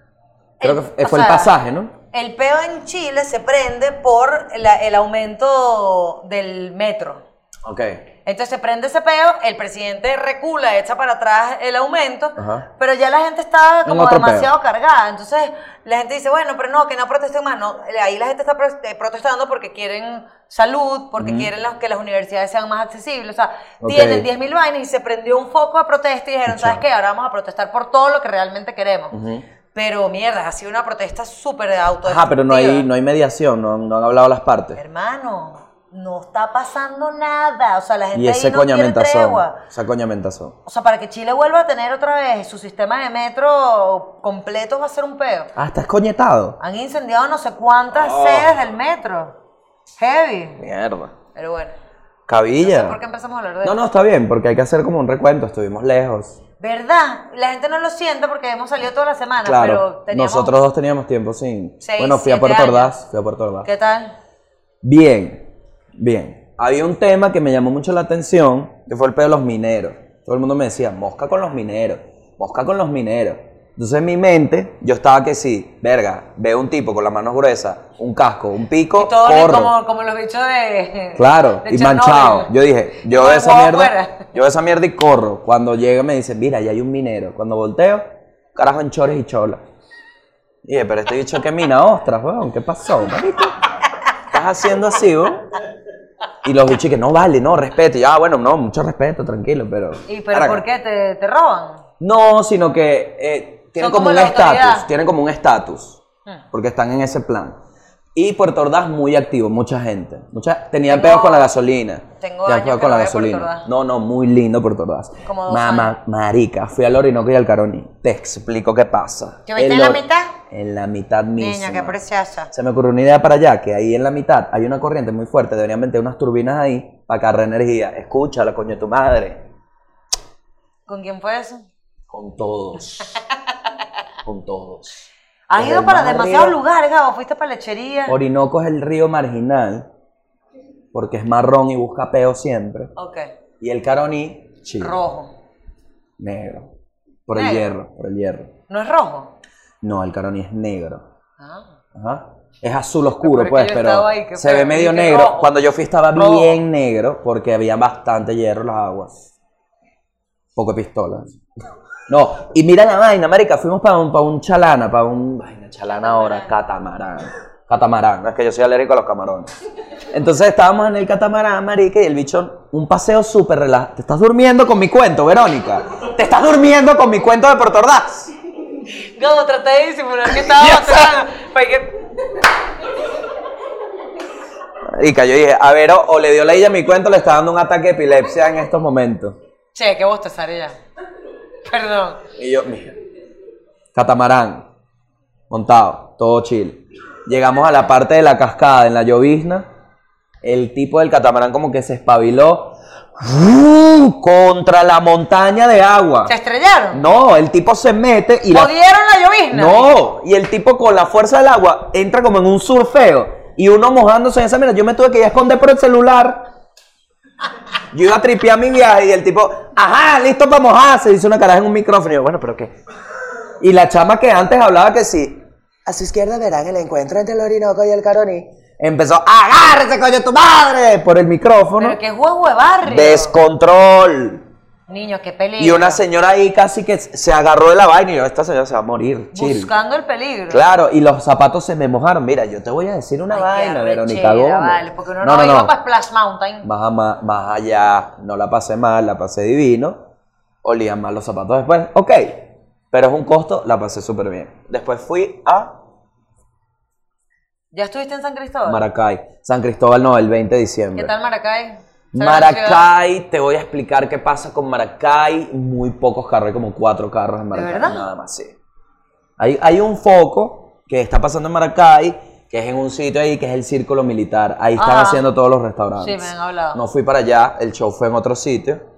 Creo
El-
que fue
Eh, o
fue el
sea,
pasaje, ¿no?
El peo en Chile se prende por la- el aumento del metro.
Ok.
Entonces se prende ese peo, el presidente recula, echa para atrás el aumento,
Ajá.
pero ya la gente estaba
En
como
otro peo.
demasiado cargada. Entonces la gente dice, bueno, pero no, que no protesten más. No, ahí la gente está pro- eh, protestando porque quieren salud, porque quieren las- que las universidades sean más accesibles. O sea,
Ok.
tienen 10.000 vainas y se prendió un foco de protesta y dijeron, ¿sabes qué? Ahora vamos a protestar por todo lo que realmente queremos.
Ujú.
Pero mierda, ha sido una protesta súper autodestructiva.
Ajá, pero no hay, no hay mediación, no, no han hablado las partes.
Hermano, no está pasando nada. O sea, la gente
Y ese
ahí no quiere
coñamentazón.
tregua.
Esa coñamentazón.
O sea, para que Chile vuelva a tener otra vez su sistema de metro completo va a ser un peo.
Ah, estás coñetado.
Han incendiado no sé cuántas
Oh.
sedes del metro. Heavy.
Mierda.
Pero bueno.
Cabilla.
¿Por qué empezamos a hablar de
No,
eso?
no, está bien, porque hay que hacer como un recuento. Estuvimos lejos.
¿Verdad? La gente no lo siente porque hemos salido toda la semana, pero
Claro.
teníamos...
Nosotros dos teníamos tiempo sin.
Seis,
bueno, fui a
siete
Puerto
años.
Ordaz. Fui a Puerto Ordaz.
¿Qué tal?
Bien, bien. Había un tema que me llamó mucho la atención, que fue el pedo de los mineros. Todo el mundo me decía, mosca con los mineros, mosca con los mineros. Entonces en mi mente, yo estaba que sí, verga, veo un tipo con las manos gruesas, un casco, un pico,
Y todos
corro.
como, como los bichos de...
Claro,
de
y
Chernobyl.
manchado. Yo dije, yo
Como
de esa
huevo
mierda,
afuera.
yo de esa mierda y corro. Cuando llega me dice, mira, ya hay un minero. Cuando volteo, carajo en chores y chola. Y dije, pero este bicho que mina ostras, weón, ¿qué pasó, marico? Estás haciendo así, weón. Y los bichos que no vale, no, respeto. Y yo, ah, bueno, no, mucho respeto, tranquilo, pero.
¿Y pero
Caraca.
por qué? ¿Te, te roban?
No, sino que eh, tienen
Son
como,
como
un
la autoridad.
estatus, tienen como un estatus,
Hmm.
porque están en ese plan. Y Puerto Ordaz muy activo, mucha gente. Mucha, tenían
Tengo-
peos con la gasolina.
tengo
Tenían
años
peos
que no voy a Puerto Ordaz.
No, no, muy lindo Puerto Ordaz.
Como dos
Mamá, marica, fui al Orinoco y al Caroni. Te explico qué pasa.
¿Que viste
El
en la
Or-
mitad?
En la mitad misma.
Niña, qué preciosa.
Se me ocurrió una idea para allá, que ahí en la mitad hay una corriente muy fuerte, deberían meter unas turbinas ahí para cargar energía. Escúchala, coño, de tu madre.
¿Con quién fue eso?
Con todos. con todos.
Has
Desde
ido
el
para
más
demasiados
arriba.
lugares, Gabo. Fuiste para lechería.
Orinoco es el río marginal, porque es marrón y busca peo siempre.
Ok.
Y el Caroní, chico,
Rojo.
negro. Por el
Negro.
hierro, por el hierro.
¿No es rojo?
No, el Caroní es negro.
Ah.
Ajá. Es azul oscuro,
Pero es que
pues,
yo
pero
estaba ahí, que
se
fue-
ve medio
dije,
negro.
rojo.
Cuando yo fui estaba
Rojo.
bien negro, porque había bastante hierro en las aguas. Poco de pistolas. No, y mira la vaina, marica, fuimos para un, pa' un chalana, para un... Vaina, chalana ahora, catamarán. Catamarán, es que yo soy alérgico a los camarones. Entonces estábamos en el catamarán, marica, y el bicho, un paseo súper relajado. Te estás durmiendo con mi cuento, Verónica. Te estás durmiendo con mi cuento de Puerto Ordaz.
Gabo, traté de disimular que estaba
Ya
vacilando. Fue que-
Marica, yo dije, a ver, o, o le dio la ella a mi cuento, le está dando un ataque de epilepsia en estos momentos.
Che, qué bostezar ya. Perdón.
Y yo, mira, catamarán, montado, todo chill. Llegamos a la parte de la cascada, en la llovizna. El tipo del catamarán como que se espabiló. ¡Ru! contra la montaña de agua.
¿Se estrellaron?
No, el tipo se mete Ah. y la...
¿Podieron la llovizna?
No, y el tipo con la fuerza del agua entra como en un surfeo. Y uno mojándose en esa mierda. Yo me tuve que ir a esconder por el celular. Yo iba a tripear mi viaje y el tipo, ajá, listo para mojarse. Dice una caraja en un micrófono. Y yo, bueno, pero qué. Y la chama que antes hablaba que sí. A su izquierda verán el encuentro entre el Orinoco y el Caroní. Empezó, agárrese, coño, tu madre, por el micrófono.
Pero qué juego de barrio.
Descontrol.
Niño, qué peligro.
Y una señora ahí casi que se agarró de la vaina y yo, esta señora se va a morir, chill.
Buscando el peligro.
Claro, y los zapatos se me mojaron. Mira, yo te voy a decir una
Ay, qué
vaina, Verónica
arrechera,
Gómez.
Vale, porque uno no, iba para Splash Mountain.
Más, ama- más allá, no la pasé mal, la pasé divino. Olían mal los zapatos después, ok. Pero es un costo, la pasé súper bien. Después fui a
¿Ya estuviste en San Cristóbal?
Maracay. San Cristóbal, no, el 20 de
¿Qué
diciembre.
tal Maracay? ¿Sabes la ciudad?
Maracay, te voy a explicar qué pasa con Maracay. Muy pocos carros, hay como cuatro carros en Maracay.
verdad?
Nada más, sí. Hay, hay un foco que está pasando en Maracay, que es en un sitio ahí, que es el Círculo Militar. Ahí están
Ah.
haciendo todos los restaurantes.
Sí, me han hablado.
No fui para allá, el show fue en otro sitio.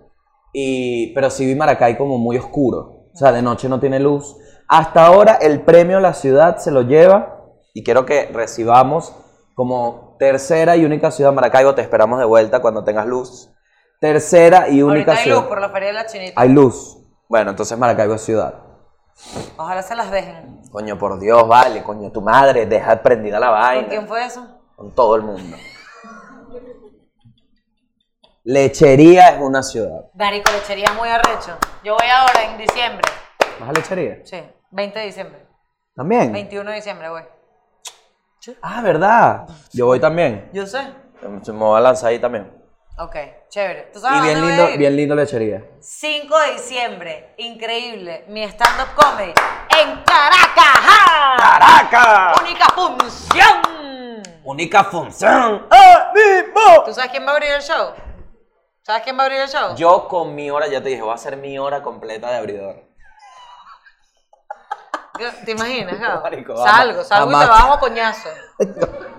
Y, pero sí vi Maracay como muy oscuro. O sea, de noche no tiene luz. Hasta ahora el premio a la ciudad se lo lleva y quiero que recibamos como tercera y única ciudad Maracaibo. Te esperamos de vuelta cuando tengas luz. Tercera y única
Ahorita hay
ciudad.
luz por la Feria de la Chinita.
Hay luz. Bueno, entonces Maracaibo es ciudad.
Ojalá se las dejen.
Coño, por Dios, vale, coño, tu madre, deja prendida la
¿Con
vaina.
quién fue eso?
Con todo el mundo. Lechería es una ciudad.
Marico, lechería muy arrecho. Yo voy ahora en diciembre.
¿Vas a lechería?
Sí, 20 de diciembre.
¿También?
21 de diciembre voy.
Ah, ¿verdad? Yo voy también.
Yo sé.
Me voy a lanzar ahí también.
Ok, chévere. ¿Tú sabes
Y
a
bien
dónde
lindo,
voy a ir?
bien lindo lechería.
5 de diciembre, increíble, mi stand-up comedy en Caracas. ¡ja!
¡Caracas!
Única función.
Única función. ¡Ah, mismo!
¿Tú sabes quién va a abrir el show? ¿Sabes quién va a abrir el show?
Yo con mi hora, ya te dije, voy a hacer mi hora completa de abridor.
¿Te imaginas? Gabo?
Marico,
salgo,
jamás-
salgo y te
jamás.
bajo a coñazo.
Yo,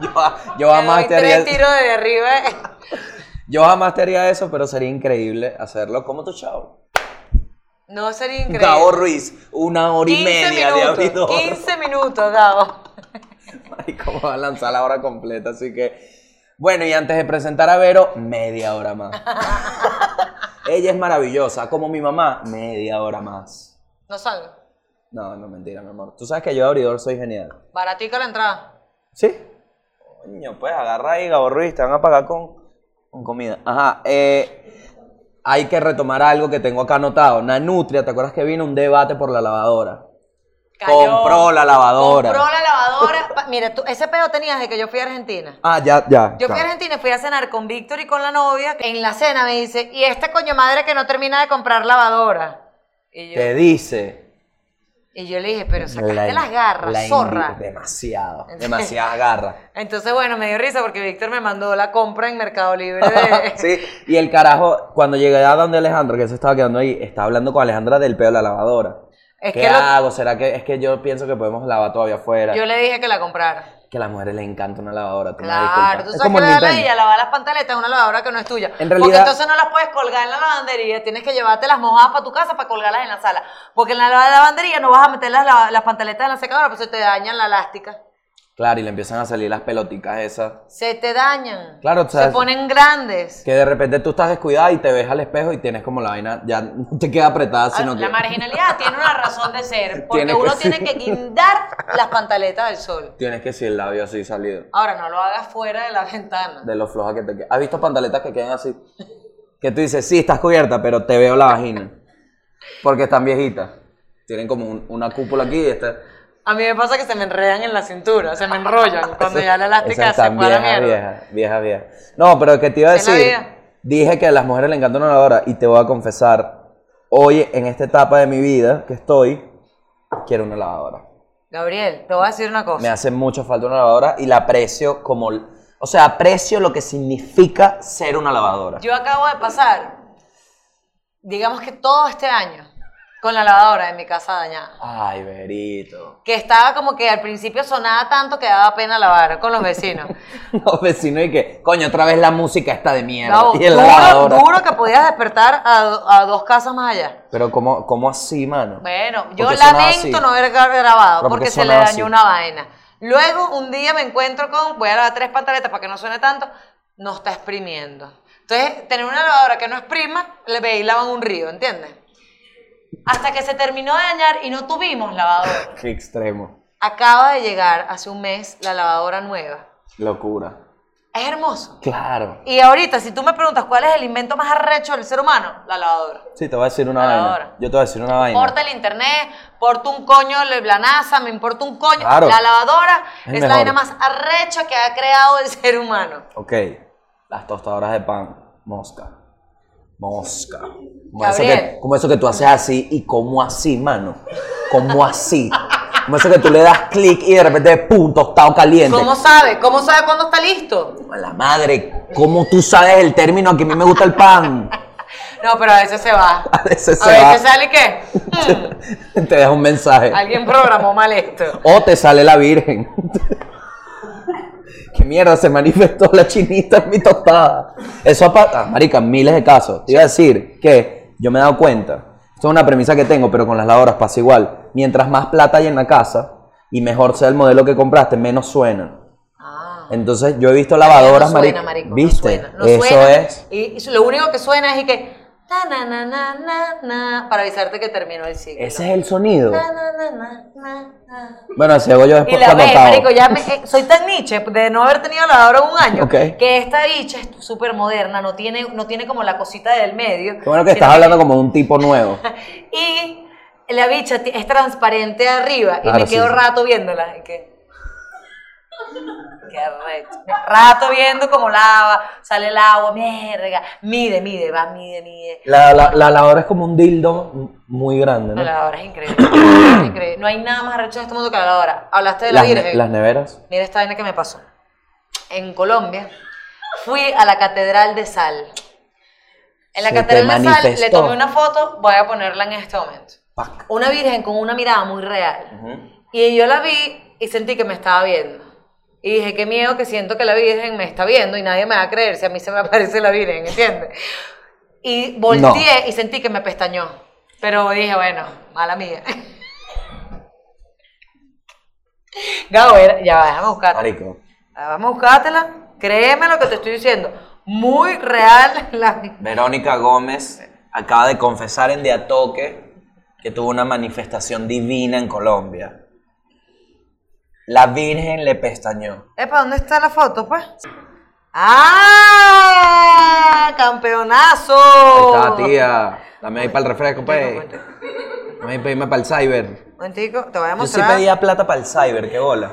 yo, yo
Te doy
jamás te haría
tres
eso.
tiros de arriba.
Yo jamás te haría eso, pero sería increíble hacerlo como tu chavo.
No sería increíble.
Gabo Ruiz, una hora y
15
media de abridor.
minutos. 15 minutos, Gabo.
Ay, cómo va a lanzar la hora completa, así que. Bueno, y antes de presentar a Vero, media hora más. Ella es maravillosa, como mi mamá, media hora más.
No salgo.
No, no, mentira, mi amor. Tú sabes que yo de abridor soy genial.
Baratico la entrada.
¿Sí? Coño, pues agarra ahí, Gabo Ruiz, te van a pagar con, con comida. Ajá, eh, hay que retomar algo que tengo acá anotado. Nanutria, ¿te acuerdas que vino un debate por la lavadora?
Cayó.
Compró la lavadora.
Compró la lavadora. Pa- Mira, tú, ese pedo tenías de que yo fui a Argentina.
Ah, ya, ya.
Yo fui a
claro.
Argentina, fui a cenar con Víctor y con la novia. En la cena me dice, y esta coño madre que no termina de comprar lavadora. Y yo,
Te dice.
y yo le dije, pero sacaste
La-
las garras,
la indi-
zorra.
Demasiado, demasiadas garras.
Entonces, bueno, me dio risa porque Víctor me mandó la compra en Mercado Libre de...
sí, y el carajo, cuando llegué a donde Alejandro, que se estaba quedando ahí, estaba hablando con Alejandra del peo de la lavadora.
Es
¿Qué
que lo-
hago? ¿Será que es que yo pienso que podemos lavar todavía afuera?
Yo le dije que la comprara.
Que a las mujeres les encanta una lavadora. tú me
Claro,
disculpas.
tú
Es
sabes que
el
la de
Nintendo.
ella lavar las pantaletas es una lavadora que no es tuya.
En
Porque
realidad-
entonces no las puedes colgar en la lavandería, tienes que llevarte las mojadas para tu casa para colgarlas en la sala. Porque en la lavandería no vas a meter las, lava- las pantaletas en la secadora, pues se te dañan la elástica.
Claro, y le empiezan a salir las peloticas esas.
Se te dañan.
Claro, o sea,
Se ponen grandes.
Que de repente tú estás descuidada y te ves al espejo y tienes como la vaina, ya no te queda apretada,
Ah,
sino que...
La marginalidad tiene una razón de ser, porque
Tiene que
uno
ser.
tiene que guindar las pantaletas del sol.
Tienes que si el labio así salido.
Ahora, no lo hagas fuera de la ventana.
de lo floja que te queda. ¿Has visto pantaletas que quedan así? Que tú dices, sí, estás cubierta, pero te veo la vagina. Porque están viejitas. Tienen como un- una cúpula aquí y está.
A mí me pasa que se me enredan en la cintura, se me enrollan cuando ya
Esas
la elástica se
están
fue a la
viejas,
mierda.
viejas, viejas, viejas. No, pero que te iba a
Es la
decir,
vida.
dije que a las mujeres les encanta una lavadora y te voy a confesar, hoy en esta etapa de mi vida que estoy, quiero una lavadora.
Gabriel, te voy a decir una
Me
cosa.
hace mucha falta una lavadora y la aprecio como... O sea, aprecio lo que significa ser una lavadora.
Yo acabo de pasar, digamos que todo este año, Con la lavadora en mi casa dañada.
Ay, Berito.
Que estaba como que al principio sonaba tanto que daba pena lavar con los vecinos.
Los vecinos y que, coño, otra vez la música está de mierda.
Gabo,
y el
duro, duro que podías despertar a, do- a dos casas más allá.
Pero ¿cómo, cómo así, mano?
Bueno,
¿Por
yo
qué sonaba
lamento
así?
no haber gra- grabado
Pero ¿por
porque
qué
se le
sonaba
dañó
así?
una vaina. Luego un día me encuentro con, voy a lavar tres pantaletas para que no suene tanto, no está exprimiendo. Entonces, tener una lavadora que no exprima, le ve y lavan un río, ¿entiendes? Hasta que se terminó de dañar y no tuvimos lavadora.
Qué extremo.
Acaba de llegar hace un mes la lavadora nueva.
Locura.
Es hermoso.
Claro.
Y ahorita, si tú me preguntas cuál es el invento más arrecho del ser humano, la lavadora.
Sí, te voy a decir una
A la
vaina.
hora.
Yo te voy a decir una vaina.
importa el internet, porta un coño el- la NASA, me importa un coño.
Claro.
La lavadora
Es
es,
mejor.
la vaina más arrecha que ha creado el ser humano.
Ok. Las tostadoras de pan. Mosca. Mosca. Como eso,
Gabriel.
que, como eso que tú haces así y como así, mano. Como así. Como eso que tú le das clic y de repente, pum, tostado caliente.
¿Cómo sabe? ¿Cómo sabe cuándo está listo?
A la madre, ¿cómo tú sabes el término que a mí me gusta el pan?
No, pero a veces se va.
A veces
A
se va.
veces sale y qué? Mm,
Te deja un mensaje.
alguien programó mal esto.
O te sale la virgen. ¿Qué mierda? Se manifestó la chinita en mi tostada. Eso ha pasado, marica, miles de casos. Te iba a decir que yo me he dado cuenta. Esto es una premisa que tengo, pero con las lavadoras pasa igual. Mientras más plata hay en la casa y mejor sea el modelo que compraste, menos suenan.
Ah.
Entonces yo he visto
No
lavadoras,
suena,
marica.
marico. no
¿Viste?
suena, no
Eso
suena.
es.
Y y lo único que suena es y que... na, na, na, na, na, na, para avisarte que terminó el ciclo.
Ese es el sonido.
Na, na, na, na, na, na.
Bueno, así hago yo
Y
después
la
cuando
ve,
acabo.
marico, ya me- eh, soy tan niche de no haber tenido lavadora un año,
Ok.
que esta bicha es súper moderna, no tiene, no tiene como la cosita del medio.
Qué bueno que
sino
estás hablando como de un tipo nuevo.
Y la bicha ti- es transparente arriba, y
Claro,
me
sí,
quedo
sí.
rato viéndola, y que... Qué arrecho. Rato viendo cómo lava, sale el agua, mierda, mide, mide, va, mide, mide.
La, la, la lavadora es como un dildo muy grande, ¿no?
La lavadora es increíble, la lavadora es increíble. No hay nada más arrecho en este mundo que la lavadora. Hablaste de la
las, ne-
Virgen.
las neveras.
Mira esta vaina que me pasó. En Colombia fui a la Catedral de Sal. En la
Se te
Catedral de Sal le
manifestó.
tomé una foto, voy a ponerla en este momento.
Pac.
Una virgen con una mirada muy real. Y yo la vi y sentí que me estaba viendo. Y dije, qué miedo que siento que la Virgen me está viendo y nadie me va a creer si a mí se me aparece la Virgen, ¿entiendes? Y volteé y sentí que me pestañó. Pero dije, bueno, mala mía. Gabo, era- ya va, déjame buscarte.
Marico.
Ah, Vamos a buscártela. Créeme lo que te estoy diciendo. Muy real la.
Verónica Gómez acaba de confesar en Día Toque que tuvo una manifestación divina en Colombia. La Virgen le pestañó.
Epa, ¿dónde está la foto, pues? ¡Ah! ¡Campeonazo!
Ahí está, tía. Dame ahí para el refresco, pues.
Momentico, momentico.
Dame ahí para el cyber.
Momentico, te voy a
Yo sí
mostrar.
pedía plata para el cyber, qué bola.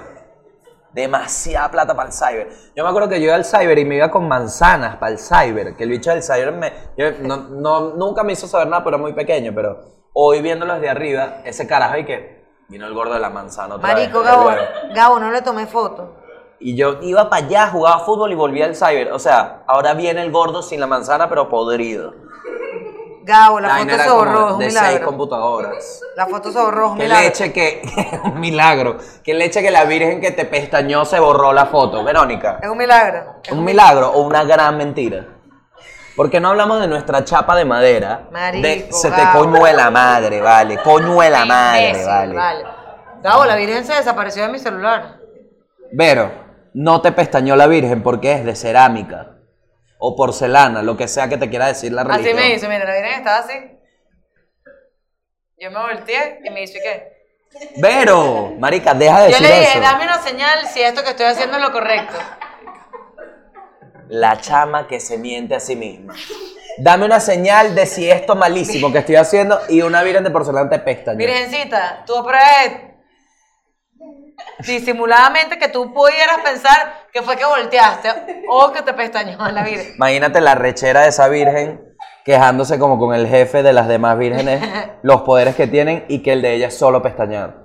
Demasiada plata para el cyber. Yo me acuerdo que yo iba al cyber y me iba con manzanas para el cyber. Que el bicho del cyber me, yo- no, no- nunca me hizo saber nada, pero era muy pequeño. Pero hoy viéndolo desde arriba, ese carajo y que vino el gordo de la manzana otra
Marico,
vez.
Gabo,
Luego.
Gabo, no le tomé foto.
Y yo iba para allá, jugaba fútbol y volvía al cyber. O sea, ahora viene el gordo sin la manzana, pero podrido.
Gabo, la,
vaina
foto se
era como
borró, es un
de seis
milagro.
computadoras.
La foto se borró, es un
Qué
milagro.
leche que. un milagro. Qué leche que la virgen que te pestañó se borró la foto, Verónica.
Es un milagro.
¿Un milagro o una gran mentira? Porque no hablamos de nuestra chapa de madera.
Marico,
de, se te
Gabo.
coño de la madre, vale. Coño de la madre,
Imbécil,
vale.
Gabo, la virgen se desapareció de mi celular.
Vero, no te pestañó la virgen porque es de cerámica o porcelana, lo que sea que te quiera decir la
Así
religión.
me hizo, mira, la Virgen estaba así. Yo me volteé y me hizo, ¿y qué?
Vero, marica, deja de
Yo
decir
le dije,
eso.
dame una señal si esto que estoy haciendo es lo correcto.
La chama que se miente a sí misma. Dame una señal de si esto malísimo que estoy haciendo y una virgen de porcelana te pestañó.
Virgencita, tú pruebas disimuladamente que tú pudieras pensar que fue que volteaste o que te pestañó la Virgen.
Imagínate la rechera de esa virgen quejándose como con el jefe de las demás vírgenes, los poderes que tienen y que el de ella es solo pestañear.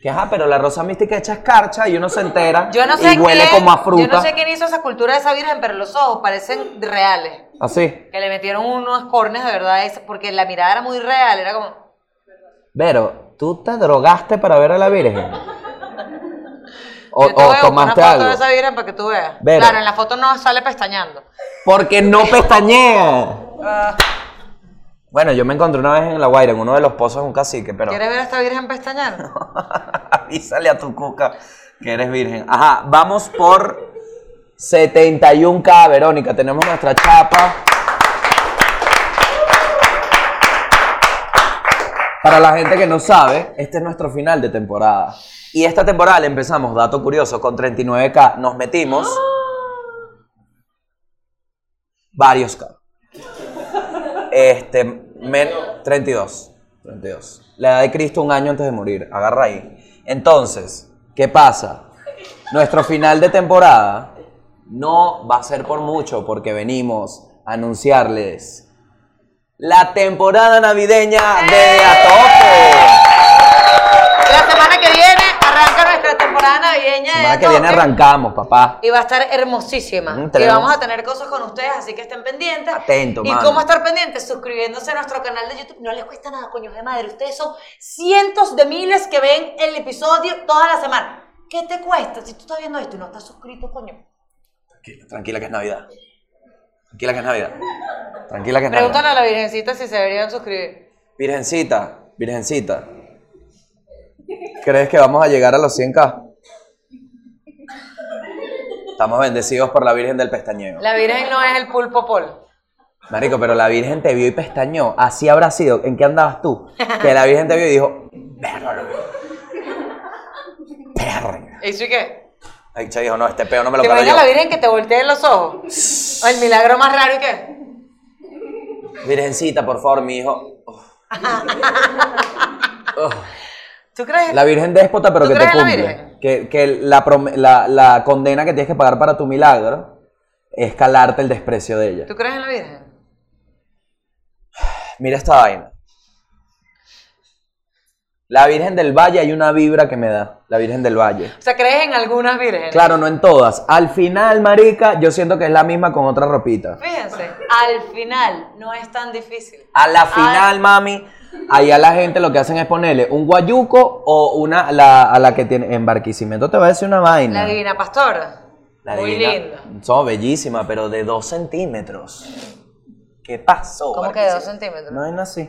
Que ajá, pero la rosa mística echa escarcha y uno se entera
Yo no sé
y huele
quién,
como a fruta.
Yo no sé quién hizo esa cultura de esa Virgen, pero los ojos parecen reales.
Así.
Que le metieron unos cornes de verdad, es- porque la mirada era muy real, era como...
Vero, ¿tú te drogaste para ver a la Virgen? O, o
Yo te voy a buscar
tomaste
una foto
algo.
de esa virgen para que tú veas.
Vero.
Claro, en la foto no sale pestañando.
Porque no pestañea. Bueno, yo me encontré una vez en La Guaira, en uno de los pozos de un cacique, pero
¿Quieres ver a esta virgen pestañar?
avísale a tu cuca que eres virgen. Ajá, vamos por 71K, Verónica. Tenemos nuestra chapa. Para la gente que no sabe, este es nuestro final de temporada. Y esta temporada la empezamos, dato curioso, con 39K. Nos metimos varios K. Este, men- 32. 32. La edad de Cristo un año antes de morir. Agarra ahí. Entonces, ¿qué pasa? Nuestro final de temporada no va a ser por mucho porque venimos a anunciarles la temporada navideña de Atopo.
La semana que viene arranca nuestra temporada navideña.
La semana
de
que viene
Toque.
arrancamos, papá.
Y va a estar hermosísima.
Mm,
y
tenemos-
vamos a tener cosas con ustedes, así que estén pendientes.
Atento,
¿Y
mano.
cómo estar pendientes? Suscribiéndose a nuestro canal de YouTube. No les cuesta nada, coños de madre. Ustedes son cientos de miles que ven el episodio toda la semana. ¿Qué te cuesta? Si tú estás viendo esto y no estás suscrito, coño.
Tranquila, tranquila que es Navidad. Tranquila que es Navidad. Tranquila que es Navidad.
Pregúntale a la virgencita si se deberían suscribir.
Virgencita, Virgencita. ¿Crees que vamos a llegar a los 100k? Estamos bendecidos por la Virgen del Pestañeo.
La virgen no es el pulpo pol.
Marico, pero la Virgen te vio y pestañó. Así habrá sido. ¿En qué andabas tú? Que la Virgen te vio y dijo, perro. Perro.
¿Y sí qué?
Ay, che, dijo, no, este peo no me lo
¿Te
paro
imaginas
yo.
la virgen que te voltee los ojos? ¿O el milagro más raro y qué?
Virgencita, por favor, mi hijo. Uf. Uf.
¿Tú crees?
La Virgen déspota, pero
¿Tú
que te
crees en la
cumple.
Virgen?
Que, que la, prom- la- la condena que tienes que pagar para tu milagro es calarte el desprecio de ella.
¿Tú crees en la virgen?
Mira esta vaina. La Virgen del Valle hay una vibra que me da. La Virgen del Valle.
O sea, crees en algunas vírgenes.
Claro, no en todas. Al final, marica, yo siento que es la misma con otra ropita.
Fíjense, al final no es tan difícil.
A la final, mami, allá la gente lo que hacen es ponerle un guayuco o una la, a la que tiene en Barquisimeto te va a decir una vaina.
La divina pastora.
La
Muy
divina-
lindo.
Son bellísima, pero de dos centímetros. ¿Qué pasó?
¿Cómo que de dos centímetros?
No es así.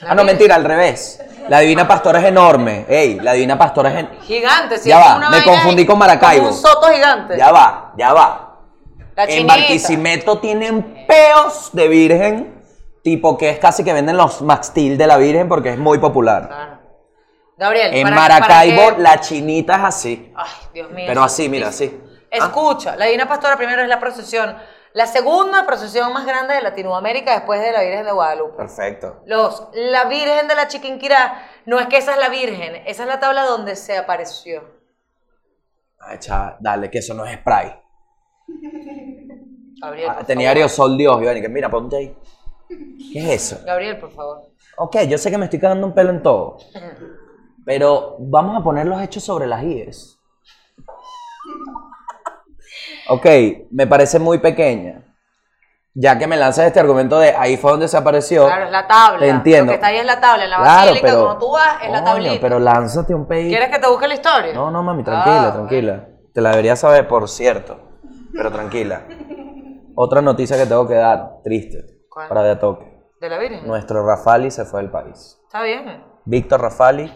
La
ah, no,
Virgen.
mentira, al revés. La divina pastora es enorme. Ey, la divina pastora es en-
Gigante, sí.
Ya
es
va,
una
me
vaina
confundí
ahí,
con Maracaibo.
como Un soto gigante.
Ya va, ya va.
La
en
chinita.
Barquisimeto tienen peos de virgen, tipo que es casi que venden los maxtil de la virgen porque es muy popular.
Claro. Gabriel,
En
para-
Maracaibo
para que-
la chinita es así.
Ay, Dios mío.
Pero así, mira, Ah. así.
Escucha, la Divina Pastora primero es la procesión, la segunda procesión más grande de Latinoamérica después de la Virgen de Guadalupe.
Perfecto.
Los, la Virgen de la Chiquinquirá, no es que esa es la Virgen, esa es la tabla donde se apareció.
Ay, chava, Ah, dale, que eso no es spray.
Gabriel,
Ah,
por
tenía
favor.
aerosol Dios, Iván, y que mira, ponte ahí. ¿Qué es eso?
Gabriel, por favor.
Ok, yo sé que me estoy cagando un pelo en todo, pero vamos a poner los hechos sobre las IES. Ok, me parece muy pequeña. Ya que me lanzas este argumento de ahí fue donde se apareció.
Claro, es la tabla.
Te entiendo.
Lo que está ahí es la tabla. En la
Claro,
basílica,
pero-
cuando tú vas, es la
coño,
tablita.
Pero lánzate un pedito.
¿Quieres que te busque la historia?
No, no, mami, tranquila,
Ah,
tranquila. Te la debería saber, por cierto. Pero tranquila. Otra noticia que tengo que dar, triste,
¿Cuál?
para de a toque.
De la Virgen.
Nuestro Rafali se fue del país.
Está bien.
Víctor Rafali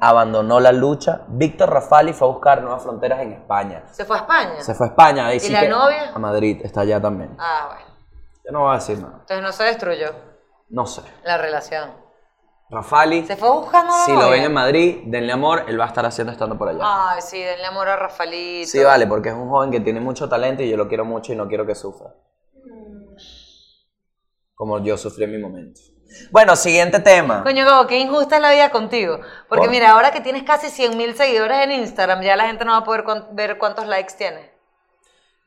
abandonó la lucha. Víctor Rafali fue a buscar nuevas fronteras en España.
Se fue a España.
Se fue a España. ahí
¿Y
sí
la
que-
novia?
A Madrid, está allá también.
Ah, bueno.
Yo no voy a decir nada.
Entonces no se destruyó
No sé.
la relación.
Rafali,
Se fue buscando la
si lo
novia.
ven en Madrid, denle amor, él va a estar haciendo estando por allá.
Ay, sí, denle amor a Rafalito.
Sí, vale, porque es un joven que tiene mucho talento y yo lo quiero mucho y no quiero que sufra. Como yo sufrí en mi momento. Bueno, siguiente tema.
Coño, Gabo, qué injusta es la vida contigo. Porque
Por-
mira, ahora que tienes casi 100 mil seguidores en Instagram, ya la gente no va a poder cuan- ver cuántos likes tienes.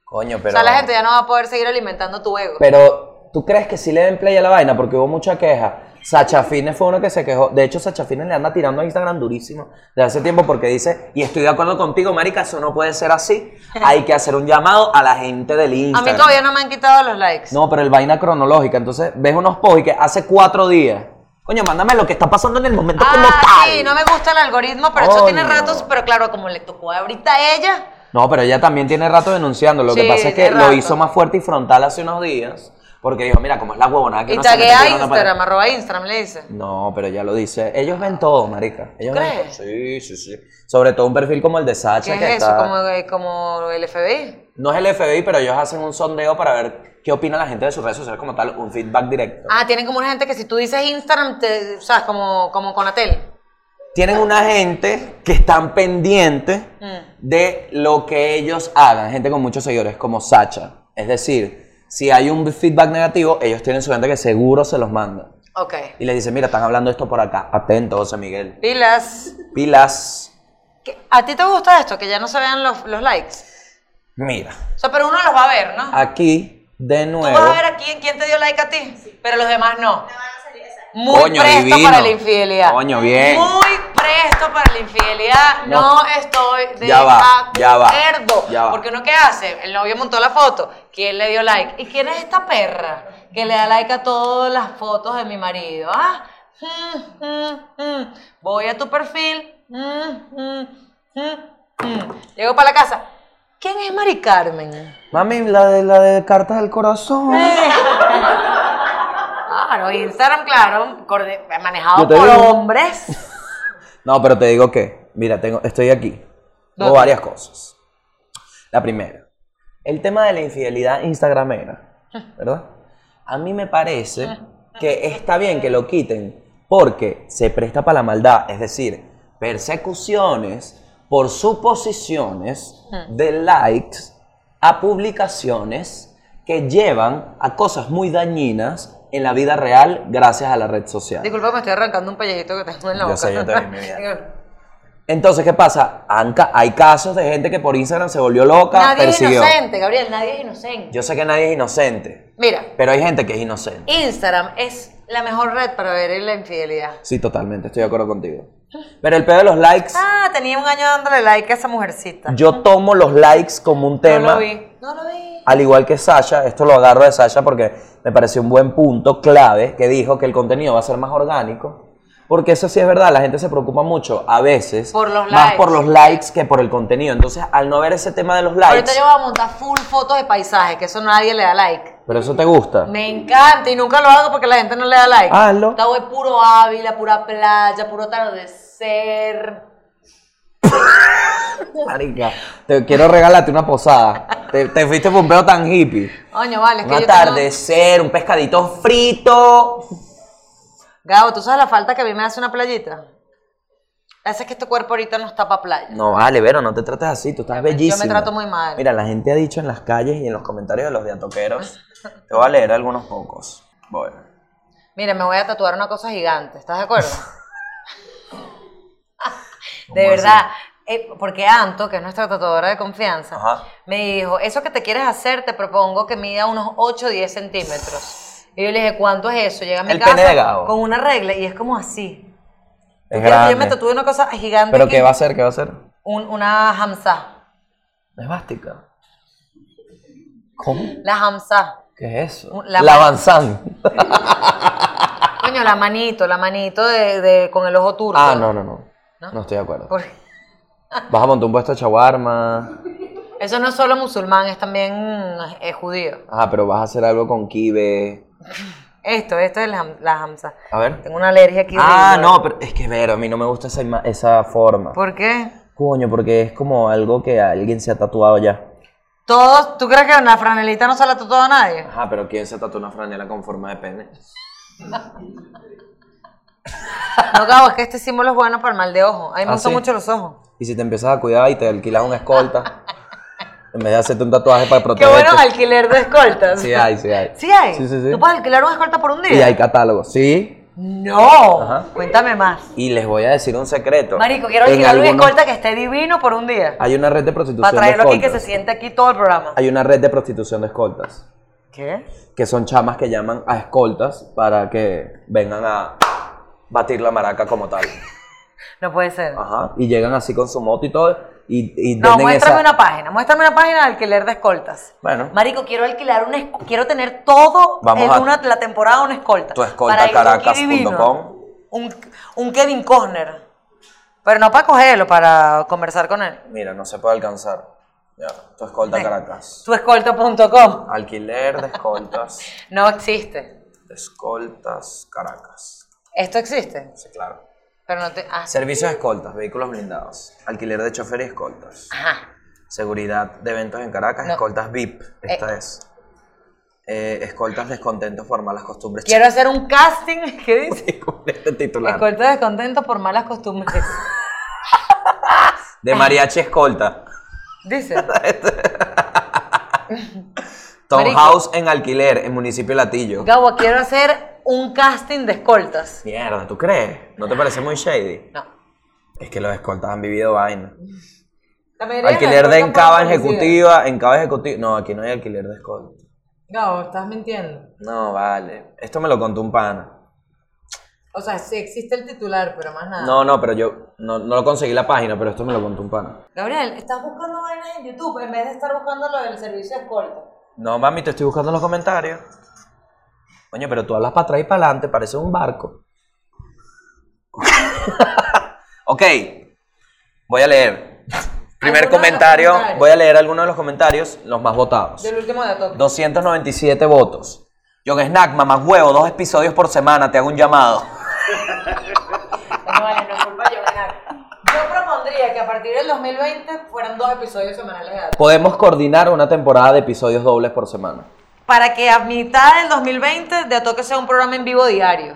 Coño, pero.
O sea, la gente ya no va a poder seguir alimentando tu ego.
Pero, ¿tú crees que sí le den play a la vaina? Porque hubo mucha queja. Sacha Fitness fue uno que se quejó. De hecho, Sacha Fitness le anda tirando a Instagram durísimo de hace tiempo porque dice, y estoy de acuerdo contigo, marica, eso no puede ser así. Hay que hacer un llamado a la gente del
a
Instagram.
mí todavía no me han quitado los likes.
No, pero el vaina cronológica. Entonces, ves unos posts y que hace cuatro días. Coño, mándame lo que está pasando en el momento como
Ah,
tal.
sí, no me gusta el algoritmo, pero eso
Coño.
tiene ratos, pero claro, como le tocó ahorita a ella,
No, pero ella también tiene rato denunciando. Lo que
Sí,
pasa es que
tiene
lo
rato.
hizo más fuerte y frontal hace unos días. Porque dijo, mira, como es la huevonada que
y
no se mete,
taguea a
yo no paro".
Instagram, arroba Instagram, le dice.
No, pero ya lo dice. Ellos ven todo, marica. Ellos ven
¿Crees?
todo. Sí, sí, sí. Sobre todo un perfil como el de Sacha.
¿Qué es
que
eso?
está-
¿Como, eh, como el FBI?
No es el FBI, pero ellos hacen un sondeo para ver qué opina la gente de sus redes sociales como tal, un feedback directo.
Ah, tienen como una gente que si tú dices Instagram, te, sabes, como, como con la tele.
Tienen una gente que están pendientes
Mm.
de lo que ellos hagan, gente con muchos seguidores, como Sacha. Es decir, si hay un feedback negativo, ellos tienen su gente que seguro se los manda.
Ok.
Y les dicen, mira, están hablando esto por acá. Atento, José Miguel.
Pilas.
Pilas.
¿Qué- ¿A ti te gusta esto? Que ya no se vean los, los likes.
Mira,
O sea, pero uno los va a ver, ¿no?
aquí de
Tú
nuevo.
vas a ver a quién, quién te dio like a ti, pero los demás no. Muy
Coño,
presto
divino.
para la infidelidad.
Coño, bien.
Muy presto para la infidelidad. No,
No.
estoy de
Ya va, ya va,
acuerdo.
ya va.
Porque uno qué hace, el novio montó la foto, ¿quién le dio like? ¿Y quién es esta perra que le da like a todas las fotos de mi marido? ¿Ah? Mm, mm, mm. Voy a tu perfil. Mm, mm, mm, mm. Llego para la casa. ¿Quién es Mari Carmen?
Mami, la de la de cartas del corazón.
Claro, Instagram, claro, corde- manejado
Yo te
por
digo.
hombres.
No, pero te digo que, mira, tengo, estoy aquí. Tengo
¿Dónde?
varias cosas. La primera, el tema de la infidelidad instagramera, ¿verdad? A mí me parece que está bien que lo quiten porque se presta para la maldad, es decir, persecuciones por suposiciones de likes a publicaciones que llevan a cosas muy dañinas en la vida real gracias a la red social.
Disculpa, me estoy arrancando un pellejito que tengo en la
Yo
boca.
sé, yo también, mi vida. Entonces, ¿qué pasa? Han ca- hay casos de gente que por Instagram se volvió loca,
nadie es
persiguió.
inocente, Gabriel, nadie es inocente.
Yo sé que nadie es inocente,
Mira,
pero hay gente que es inocente.
Instagram es la mejor red para ver la infidelidad.
Sí, totalmente, estoy de acuerdo contigo. Pero el peor de los likes,
Ah, tenía un año dándole like a esa mujercita.
yo tomo los likes como un
No
tema.
lo vi. No lo vi.
Al igual que Sasha, esto lo agarro de Sasha porque me pareció un buen punto clave que dijo que el contenido va a ser más orgánico. Porque eso sí es verdad, la gente se preocupa mucho a veces
Por los
más
likes.
por los likes que por el contenido. Entonces, al no ver ese tema de los likes,
Ahorita yo voy a montar full fotos de paisajes, que eso nadie le da like.
pero eso te gusta.
Me encanta y nunca lo hago porque la gente no le da like.
Hazlo.
Esta voy puro Ávila, pura playa, puro atardecer.
Marica, te quiero regalarte una posada. Te, te fuiste por un peo tan hippie.
Coño, vale, es
Un
que yo tengo-
atardecer, un pescadito frito.
Gabo, ¿tú sabes la falta que a mí me hace una playita? Hace que este cuerpo ahorita no está para playa.
No, vale, Vero, no te trates así, tú estás
Yo me- yo me
bellísima.
trato muy mal.
Mira, la gente ha dicho en las calles y en los comentarios de los diatoqueros. Te voy a leer algunos pocos. Bueno.
Mira, me voy a tatuar una cosa gigante, ¿estás de acuerdo?
¿Cómo
de verdad. eh, porque Anto, que es nuestra tatuadora de confianza,
Ajá.
me dijo, eso que te quieres hacer, te propongo que mida unos 8 o 10 centímetros. Y yo le dije, ¿cuánto es eso? Llega a mi
El
casa
pene de Gabo.
con una regla y es como así.
Es
Quiero que yo me
grande.
tatúe una cosa gigante
Pero
aquí,
¿qué va a hacer? ¿Qué va a hacer?
un- una hamsa.
Nevástica. ¿Cómo?
La hamsa.
¿Qué es eso?
La-
La Banzán.
Coño, la manito, la manito de, de- con el ojo turco.
Ah,
Pues,
no, no, no.
¿No?
No estoy de acuerdo.
Por-
Vas a montar un puesto de chaguarma.
eso no es solo musulmán, es también mm, eh, judío.
Ah, pero vas a hacer algo con kibe.
Esto, esto es la, la hamsa.
A ver.
Tengo una alergia aquí.
Ah,
horrible.
no, pero es que Vero, a mí no me gusta esa, ima- esa forma.
¿Por qué?
Coño, porque es como algo que alguien se ha tatuado ya.
Todos, ¿tú crees que una franelita no se la ha tatuado a nadie?
Ajá, pero ¿quién se tatuó una franela con forma de pene?
No, Gabo, es que este símbolo es bueno para el mal de ojo. A mí me
Ah,
gustan
¿sí?
mucho los ojos.
Y si te empiezas a cuidar y te alquilas una escolta, en vez de hacerte un tatuaje para
Qué
protegerte.
bueno alquiler de escoltas.
Sí hay, sí hay.
¿Sí hay?
Sí, sí, sí.
¿Tú puedes alquilar una escolta por un día?
Y hay catálogos, sí.
¡No!
Ajá.
Cuéntame más.
Y les voy a decir un secreto.
Marico, quiero
En
alquilar una
algunos-
escolta que esté divino por un día.
Hay una red de prostitución
Para traerlo
de
aquí que se
escoltas.
siente aquí todo el programa.
Hay una red de prostitución de escoltas.
¿Qué?
que son chamas que llaman a escoltas para que vengan a batir la maraca como tal.
No puede ser.
Ajá. Y llegan así con su moto y todo. Y, y
No,
Ah, venden
muéstrame
esa-
una página. Muéstrame una página de alquiler de escoltas.
Bueno,
Marico, quiero alquilar una esco- quiero tener todo
Vamos
en
a-
una, la temporada una escolta.
tu
Para ir aquí divino.
escoltacaracas.com.
un, un Kevin Costner. Pero no para cogerlo, para conversar con él.
Mira, no se puede alcanzar. Ya, tu escolta Caracas.
Tuescolto.com.
Alquiler de escoltas,
No existe.
de escoltas Caracas.
Esto existe.
Sí, claro.
Pero no te. ah,
Servicios de escoltas, vehículos blindados, alquiler de chofer y escoltas,
Ajá.
seguridad de eventos en Caracas,
No.
escoltas VIP, esta es. Eh, escoltas descontento por malas costumbres.
Quiero hacer un casting. ¿Qué dice?
Con este titular.
Escolta descontento por malas costumbres. Ah.
De mariachi escolta.
Dice.
Tom
Marico.
House en alquiler en municipio Latillo.
Gabo, quiero hacer un casting de escoltas.
Mierda, ¿tú crees? ¿No te parece muy shady?
No.
Es que los escoltas han vivido vaina.
La mayoría las
Alquiler de
escoltas
encaba
pagan publicidad.
ejecutiva, encaba ejecutiva. No, aquí no hay alquiler de escolta.
Gabo, estás mintiendo.
No, vale. Esto me lo contó un pana.
O sea, sí existe el titular, pero más nada.
No, no, pero yo no, no lo conseguí la página, pero esto me lo contó un pana.
Gabriel, estás buscando vainas en YouTube en vez de estar buscando lo del servicio de escolta.
No, mami, te estoy buscando en los comentarios. Coño, pero tú hablas para atrás y para adelante, parece un barco. ok, voy a leer. Primer
Algunos de los
comentario,
comentarios.
voy a leer algunos de los comentarios, los más votados.
Del último de Toque.
297 votos. John Snack, mamá huevo, dos episodios por semana, te hago un llamado.
No vale, no es culpa de Jovenal. Yo propondría que a partir del 2020 fueran dos episodios semanales de datos.
Podemos coordinar una temporada de episodios dobles por semana.
Para que a mitad del 2020 de Toque sea un programa en vivo diario.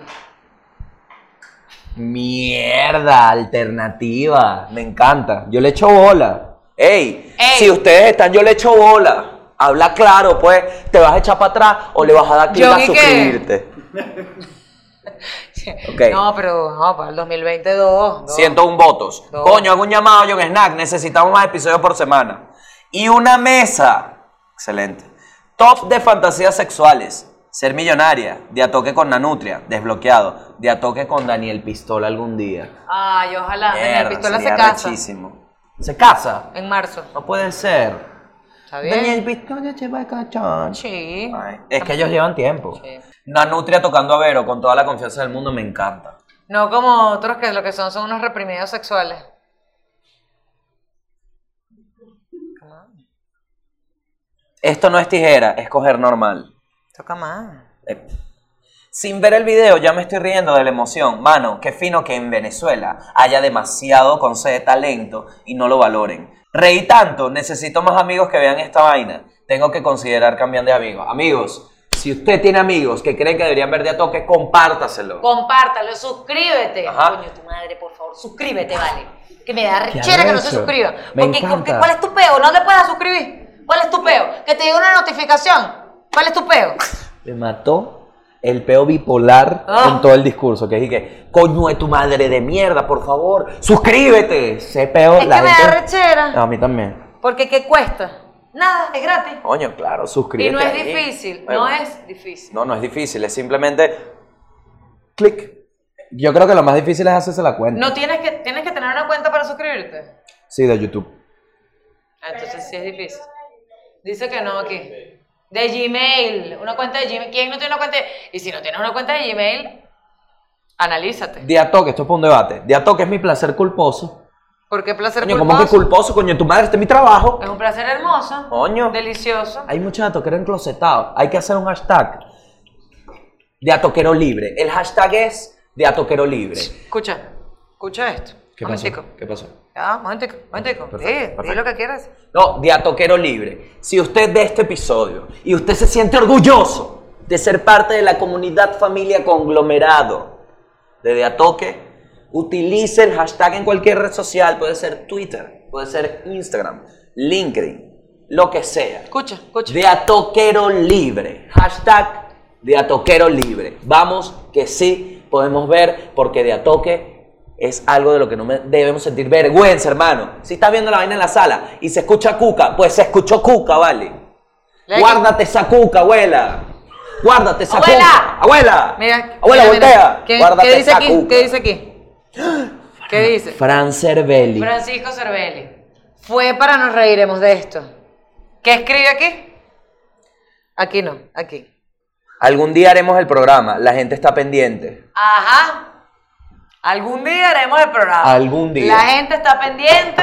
Mierda, alternativa. Me encanta. Yo le echo bola. Ey,
Ey.
si ustedes están, yo le echo bola. Habla claro, pues, te vas a echar para atrás o le vas a dar clic
Yo
a
vi que-
suscribirte. Ok.
No, pero no, para el 2022. no.
101 votos.
No.
Coño, hago un llamado, John Snack. Necesitamos más episodios por semana. Y una mesa. Excelente. Top de fantasías sexuales. Ser millonaria. De a toque con Nanutria. Desbloqueado. De a toque con Daniel Pistola algún día.
Ay, ojalá. Daniel
Mierda,
Pistola se
sería
casa
rechísimo. ¿Se casa?
en marzo.
No puede ser.
¿Está bien?
Daniel Pistola se va a cachar.
Sí.
Ay, es que ellos llevan tiempo.
Sí.
Nanutria tocando a Vero con toda la confianza del mundo me encanta.
No como otros que lo que son son unos reprimidos sexuales.
Esto no es tijera, es coger normal.
Toca más.
Eh, Sin ver el video ya me estoy riendo de la emoción. Mano, qué fino que en Venezuela haya demasiado con sed de talento y no lo valoren. Reí tanto, necesito más amigos que vean esta vaina. Tengo que considerar cambiar de amigos. Amigos, si usted tiene amigos que creen que deberían ver de a toque, compártaselo.
Compártalo, suscríbete.
Ajá.
Coño, tu madre, por favor, suscríbete, vale. Que me da
Qué
rechera que no se
arrecho.
suscriba.
Me
Porque,
encanta.
porque ¿cuál es tu peo? No le puedes suscribir. ¿Cuál es tu peo? Que te llegue una notificación. ¿Cuál es tu peo?
Me mató el peo bipolar
Ah.
en todo el discurso. Que dije, coño de tu madre de mierda, por favor, suscríbete. Ese peo,
Es
la
que me da
gente-
rechera.
A mí también.
Porque ¿qué cuesta? Nada, es gratis.
Coño, claro, suscríbete.
Y no es
ahí.
difícil,
Bueno,
no es difícil.
No, no es difícil, es simplemente clic. Yo creo que lo más difícil es hacerse la cuenta.
No tienes que, tienes que tener una cuenta para suscribirte.
Sí, de YouTube.
Ah, Entonces sí es difícil. Dice que no aquí. De Gmail. Una cuenta de Gmail. ¿Quién no tiene una cuenta de Y si no tienes una cuenta de Gmail, analízate.
Diatoque, esto es para un debate. Diatoque es mi placer culposo.
Porque placer
Coño, ¿cómo
culposo
que culposo? Coño, tu madre, este es mi trabajo.
es un placer hermoso,
Coño.
delicioso.
Hay muchos datoqueros enclosetados. Hay que hacer un hashtag. Diatoquero libre. El hashtag es Diatoquero libre.
Escucha, escucha esto.
¿Qué
un
pasó?
momentico.
¿Qué pasó?
Ya, un momentico, un momentico.
Perfecto,
Sí, di
perfecto.
lo que quieras.
No, de a toquero libre. Si usted ve este episodio y usted se siente orgulloso de ser parte de la comunidad familia conglomerado de De a Toque, utilice el hashtag en cualquier red social. Puede ser Twitter, puede ser Instagram, LinkedIn, lo que sea.
Escucha, escucha.
De a toquero libre. Hashtag de a toquero libre. Vamos que sí podemos ver porque de a toque es algo de lo que no me- debemos sentir vergüenza, hermano. Si estás viendo la vaina en la sala y se escucha cuca, pues se escuchó cuca, vale.
Lea
Guárdate esa cuca, abuela. Guárdate esa
Abuela.
cuca. Abuela.
Mira,
abuela,
mira, mira.
voltea.
¿Qué,
Guárdate
qué dice
esa
aquí?
cuca.
¿Qué dice aquí? ¿Qué dice?
Fran Cervelli.
Francisco Cervelli. Fue para nos reiremos de esto. ¿Qué escribe aquí? Aquí no, aquí.
Algún día haremos el programa. La gente está pendiente.
Ajá. Algún día haremos el programa.
Algún día.
La gente está pendiente.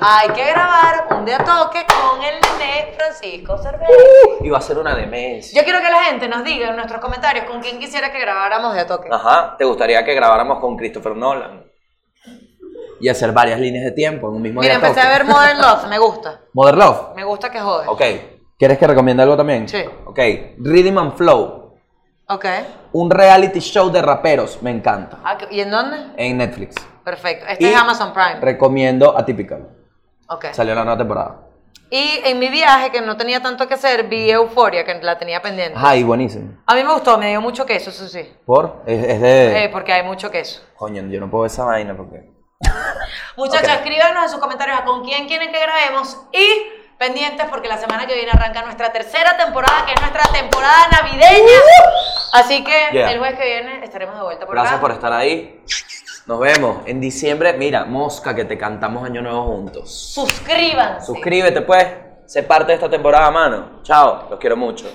Hay que grabar un día toque con el nené Francisco Cervera.
Y va a ser una demencia.
Yo quiero que la gente nos diga en nuestros comentarios con quién quisiera que grabáramos de a toque.
Ajá, ¿te gustaría que grabáramos con Christopher Nolan? Y hacer varias líneas de tiempo en un mismo
Mira,
día.
empecé a
toque.
ver Modern Love, me gusta.
Modern Love.
Me gusta que jode.
Ok. ¿Quieres que recomiende algo también?
Sí.
Ok. Rhythm and Flow.
Ok.
Un reality show de raperos. Me encanta.
Ah, ¿qué- ¿Y en dónde?
En Netflix.
Perfecto. Este
Y
es Amazon Prime.
Recomiendo Atypical.
Ok.
Salió la nueva temporada.
Y en mi viaje, que no tenía tanto que hacer, vi Euforia, que la tenía pendiente.
Ajá, y buenísimo.
A mí me gustó, me dio mucho queso, eso sí.
¿Por? Es, es de...
Eh, porque hay mucho queso.
Coño, yo no puedo ver esa vaina porque...
Muchachos,
Ok.
escríbanos en sus comentarios a con quién quieren que grabemos y pendientes porque la semana que viene arranca nuestra tercera temporada, que es nuestra temporada navideña. Así que
Uh. Yeah.
el jueves que viene estaremos de vuelta por
Gracias
acá.
por estar ahí. Nos vemos en diciembre. Mira, mosca, que te cantamos Año Nuevo juntos.
Suscríbanse.
Suscríbete, pues. Sé parte de esta temporada, mano. Chao. Los quiero mucho.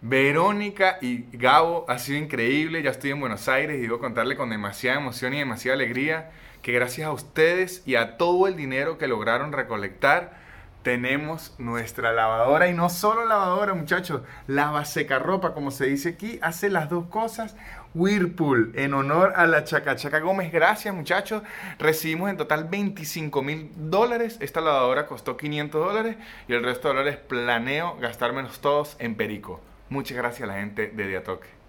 Verónica y Gabo ha sido increíble. Ya estoy en Buenos Aires y debo contarle con demasiada emoción y demasiada alegría que gracias a ustedes y a todo el dinero que lograron recolectar, tenemos nuestra lavadora y no solo lavadora, muchachos, lava seca ropa, como se dice aquí, hace las dos cosas. Whirlpool, en honor a la Chaca Chaca Gómez, gracias muchachos. Recibimos en total 25 mil dólares. Esta lavadora costó 500 dólares y el resto de dólares planeo gastármelos todos en Perico. Muchas gracias a la gente de Diatoque.